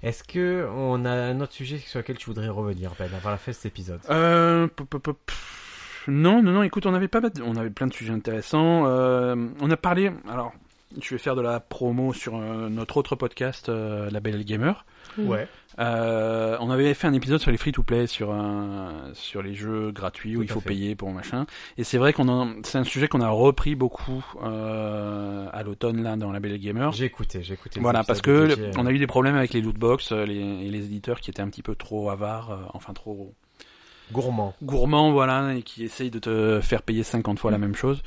Speaker 2: Est-ce que on a un autre sujet sur lequel tu voudrais revenir, Ben, avant la fin de cet épisode
Speaker 1: Euh, pop, pop, pop. Non, non, non, écoute, on avait pas, on avait plein de sujets intéressants. Euh, on a parlé, alors, je vais faire de la promo sur euh, notre autre podcast, euh, La Belle et le Gamer.
Speaker 3: Mm.
Speaker 1: Euh, on avait fait un épisode sur les free-to-play, sur, un- sur les jeux gratuits où
Speaker 2: Tout
Speaker 1: il
Speaker 2: à
Speaker 1: faut
Speaker 2: fait.
Speaker 1: payer pour machin. Et c'est vrai qu'on en- c'est un sujet qu'on a repris beaucoup euh, à l'automne, là, dans La Belle et le Gamer.
Speaker 2: J'ai écouté, j'ai écouté. les
Speaker 1: Voilà, parce que
Speaker 2: épisodes
Speaker 1: le-
Speaker 2: dédiés,
Speaker 1: on a eu des problèmes avec les lootbox euh, les, et les éditeurs qui étaient un petit peu trop avares, euh, enfin trop
Speaker 2: gourmand.
Speaker 1: gourmands, voilà, et qui essayent de te faire payer 50
Speaker 2: Mm.
Speaker 1: fois la même chose.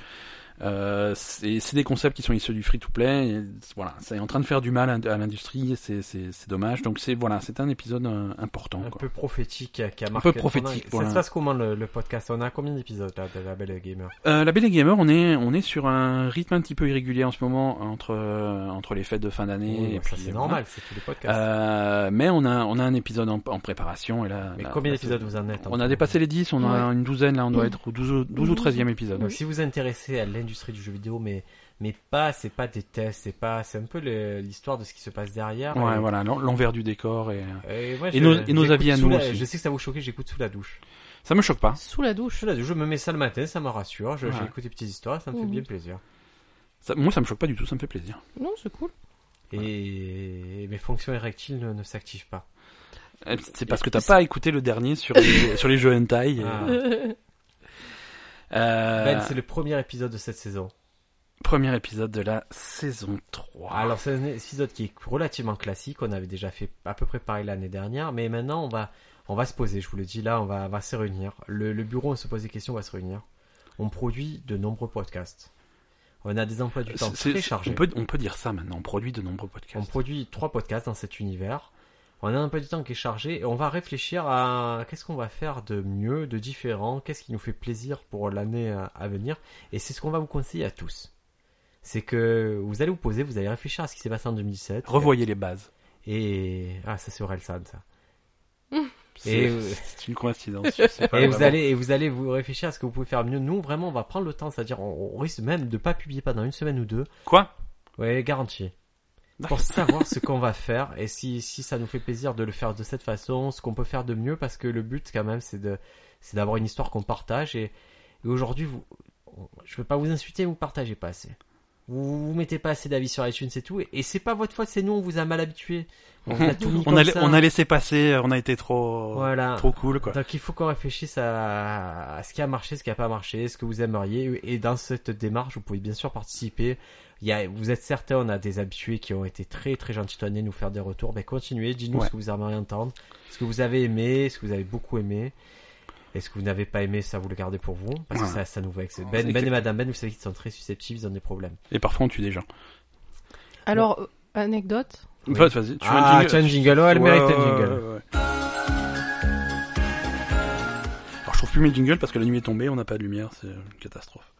Speaker 1: Euh, c'est c'est des concepts qui sont issus du free-to-play. et Voilà, c'est en train de faire du mal à à l'industrie, et c'est- c'est c'est dommage. Donc c'est voilà, c'est un épisode euh, important.
Speaker 2: un
Speaker 1: quoi.
Speaker 2: peu prophétique euh, qui a marqué.
Speaker 1: peu
Speaker 2: le
Speaker 1: prophétique,
Speaker 2: tournant.
Speaker 1: voilà.
Speaker 2: Ça se passe comment le, le podcast On a combien d'épisodes là de la Belle et Gamer
Speaker 1: Euh, la Belle et Gamer, on est on est sur un rythme un petit peu irrégulier en ce moment entre euh, entre les fêtes de fin d'année.
Speaker 2: Oui,
Speaker 1: et
Speaker 2: bah, ça,
Speaker 1: puis,
Speaker 2: c'est
Speaker 1: voilà.
Speaker 2: normal, c'est tous les podcasts.
Speaker 1: Euh, mais on a on a un épisode en, en préparation et là.
Speaker 2: Mais
Speaker 1: là,
Speaker 2: combien
Speaker 1: là,
Speaker 2: d'épisodes vous en êtes en
Speaker 1: bah, On
Speaker 2: tout
Speaker 1: a dépassé les 10, on en a une douzaine là, on doit être au 12, ou- 12 ou 13e épisode.
Speaker 2: Donc Euh, si vous vous intéressez à l'industrie du jeu vidéo, mais mais pas, c'est pas des tests, c'est pas, c'est un peu le- l'histoire de ce qui se passe derrière.
Speaker 1: Ouais,
Speaker 2: et,
Speaker 1: voilà, l'en- l'envers du décor et euh,
Speaker 2: et moi,
Speaker 1: Et
Speaker 2: je-
Speaker 1: nos- et nos
Speaker 2: j'écoute
Speaker 1: avis à
Speaker 2: sous
Speaker 1: nous
Speaker 2: la-
Speaker 1: aussi.
Speaker 2: Je sais que ça vous choquer, j'écoute sous la douche.
Speaker 1: ça me choque pas.
Speaker 3: Mmh. Sous la douche.
Speaker 2: Sous la douche, je me mets ça le matin, ça me rassure. je-
Speaker 1: Ouais.
Speaker 2: J'écoute des petites histoires, ça me fait
Speaker 3: Mhm.
Speaker 2: bien plaisir.
Speaker 1: Ça- moi ça me choque pas du tout, ça me fait plaisir.
Speaker 3: Non, c'est cool.
Speaker 2: Et mes fonctions érectiles ne, ne s'activent pas.
Speaker 1: Euh, C'est parce que t'as pas écouté le dernier sur les, sur les jeux hentai. et,
Speaker 2: Ah.
Speaker 1: euh,
Speaker 2: Ben, c'est le premier épisode de cette saison.
Speaker 1: Premier épisode de la saison 3.
Speaker 2: Alors c'est un épisode qui est relativement classique, on avait déjà fait à peu près pareil l'année dernière, mais maintenant on va, on va se poser, je vous le dis là, on va, on va se réunir. Le, le bureau, on se pose des questions, on va se réunir. On produit de nombreux podcasts. On a des emplois du temps
Speaker 1: C'est-
Speaker 2: très
Speaker 1: c'est- on,
Speaker 2: chargés.
Speaker 1: peut, on peut dire ça maintenant, on produit de nombreux
Speaker 2: On
Speaker 1: podcasts.
Speaker 2: produit trois podcasts dans cet univers. On a un peu du temps qui est chargé et on va réfléchir à qu'est-ce qu'on va faire de mieux, de différent, qu'est-ce qui nous fait plaisir pour l'année à- à venir. Et c'est ce qu'on va vous conseiller à tous. C'est que vous allez vous poser, vous allez réfléchir à ce qui s'est passé en 2017.
Speaker 1: Revoyez les bases.
Speaker 2: Et ah, ça c'est Orelsan ça.
Speaker 1: C'est
Speaker 2: euh,
Speaker 1: c'est une
Speaker 2: *laughs*
Speaker 1: coïncidence. je sais pas,
Speaker 2: et vous
Speaker 1: vraiment.
Speaker 2: allez et vous allez vous réfléchir à ce que vous pouvez faire mieux. Nous vraiment on va prendre le temps, c'est-à-dire on, on risque même de pas publier pendant une semaine ou deux.
Speaker 1: Quoi
Speaker 2: Ouais, garanti.
Speaker 1: Bah.
Speaker 2: Pour savoir ce qu'on va faire et si, si ça nous fait plaisir de le faire de cette façon, ce qu'on peut faire de mieux, parce que le but quand même c'est de c'est d'avoir une histoire qu'on partage et, et aujourd'hui vous je veux pas vous insulter, vous partagez pas assez. Vous, vous mettez pas assez d'avis sur iTunes c'est tout et, et c'est pas votre faute, c'est nous on vous a mal habitué. On vous
Speaker 1: *laughs*
Speaker 2: a tout mis
Speaker 1: on,
Speaker 2: comme
Speaker 1: a,
Speaker 2: ça.
Speaker 1: on a laissé passer, euh, on a été trop,
Speaker 2: voilà.
Speaker 1: trop cool, quoi.
Speaker 2: Donc il faut qu'on réfléchisse à, à ce qui a marché, ce qui a pas marché, ce que vous aimeriez. Et dans cette démarche, vous pouvez bien sûr participer. Il y a, vous êtes certains, on a des habitués qui ont été très très gentils de nous faire des retours. Ben continuez, dites-nous
Speaker 1: Ouais.
Speaker 2: ce que vous aimeriez entendre, ce que vous avez aimé, ce que vous avez beaucoup aimé. Et ce que vous n'avez pas aimé, ça vous le gardez pour vous, parce que
Speaker 1: Ouais.
Speaker 2: ça, ça nous va avec
Speaker 1: Ouais,
Speaker 2: Ben,
Speaker 1: c'est
Speaker 2: ben
Speaker 1: que-
Speaker 2: et Madame Ben, vous savez qu'ils sont très susceptibles, ils ont des problèmes.
Speaker 1: Et parfois, on tue des gens.
Speaker 3: *laughs* Alors, euh, anecdote
Speaker 2: Oui.
Speaker 1: Vas- Vas-y, tu veux
Speaker 2: ah,
Speaker 1: un jingle
Speaker 2: tiens, jingle, oh, elle
Speaker 1: Ouais,
Speaker 2: mérite un
Speaker 1: ouais,
Speaker 2: jingle.
Speaker 1: ouais, ouais. Alors, je trouve plus mes jingles parce que la nuit est tombée, on n'a pas de lumière, c'est une catastrophe.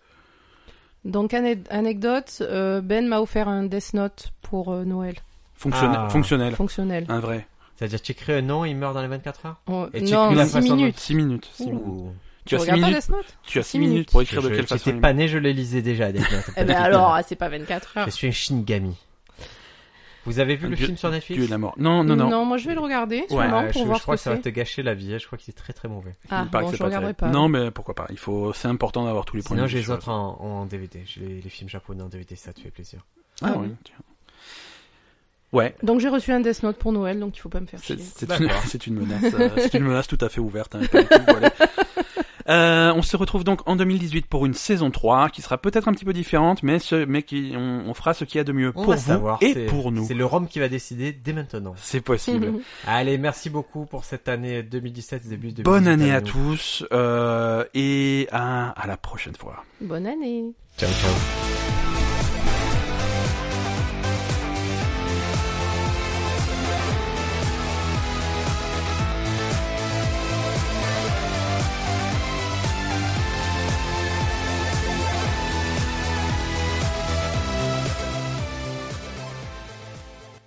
Speaker 3: Donc, ane- anecdote, euh, Ben m'a offert un Death Note pour euh, Noël,
Speaker 1: Fonctionne-
Speaker 2: Ah.
Speaker 1: Fonctionnel,
Speaker 3: fonctionnel.
Speaker 1: un vrai.
Speaker 2: C'est-à-dire, tu crées un nom, il meurt dans les 24 heures
Speaker 3: On-
Speaker 2: Et tu écris
Speaker 3: non,
Speaker 2: la
Speaker 3: 6
Speaker 2: façon dont-
Speaker 3: minutes.
Speaker 1: 6 minutes. six minutes.
Speaker 2: Ouh.
Speaker 1: Tu, as
Speaker 3: Tu
Speaker 1: 6
Speaker 3: regardes pas
Speaker 1: minutes,
Speaker 3: Death Note
Speaker 1: tu as
Speaker 3: Six
Speaker 1: 6 minutes.
Speaker 3: minutes.
Speaker 1: pour
Speaker 2: Je,
Speaker 1: écrire de quelle
Speaker 2: je-
Speaker 1: façon.
Speaker 2: j'étais pas né, je les lisais déjà. Death Note.
Speaker 3: *laughs* Eh ben alors, ah, c'est pas 24 heures.
Speaker 2: Je suis un Shinigami. Vous avez vu le
Speaker 1: Dieu-
Speaker 2: film sur Netflix
Speaker 1: Tu es la mort. Non, non, non.
Speaker 3: moi je vais le regarder
Speaker 1: Ouais,
Speaker 3: sûrement
Speaker 2: Euh, je,
Speaker 3: pour
Speaker 2: je
Speaker 3: voir
Speaker 2: crois que
Speaker 3: ce
Speaker 2: ça
Speaker 3: que
Speaker 2: va
Speaker 3: c'est.
Speaker 2: te gâcher la vie. hein. Je crois qu'il est très très mauvais.
Speaker 3: Ah,
Speaker 1: Il paraît
Speaker 3: bon,
Speaker 1: que c'est
Speaker 3: je regarderai
Speaker 1: terrible.
Speaker 3: pas.
Speaker 1: Non, mais pourquoi pas. Il faut, c'est important d'avoir tous les points
Speaker 2: Sinon,
Speaker 1: de vue
Speaker 2: j'ai les
Speaker 1: sur-
Speaker 2: autres en, en DVD. J'ai les, les films japonais en DVD, ça te fait plaisir.
Speaker 1: Ah,
Speaker 3: Ah
Speaker 1: ouais.
Speaker 3: oui.
Speaker 1: tiens. Ouais.
Speaker 3: Donc j'ai reçu un Death Note pour Noël, donc il faut pas me faire
Speaker 1: C'est
Speaker 3: chier.
Speaker 1: c'est
Speaker 2: D'accord.
Speaker 1: une, c'est une menace, euh, *laughs* c'est une menace tout à fait ouverte. hein, pour le coup, voilà. Euh, on se retrouve donc en 2018 pour une saison 3 qui sera peut-être un petit peu différente, mais ce, mais qui, on, on fera ce qu'il y a de mieux
Speaker 2: On
Speaker 1: pour
Speaker 2: va
Speaker 1: vous
Speaker 2: savoir,
Speaker 1: et
Speaker 2: c'est-
Speaker 1: pour nous.
Speaker 2: C'est le Rome qui va décider dès maintenant.
Speaker 1: C'est possible.
Speaker 2: Allez, merci beaucoup pour cette année 2017, début 2018.
Speaker 1: Bonne année à
Speaker 2: nous.
Speaker 1: tous euh, et à, à la prochaine fois.
Speaker 3: Bonne année.
Speaker 2: Ciao, ciao.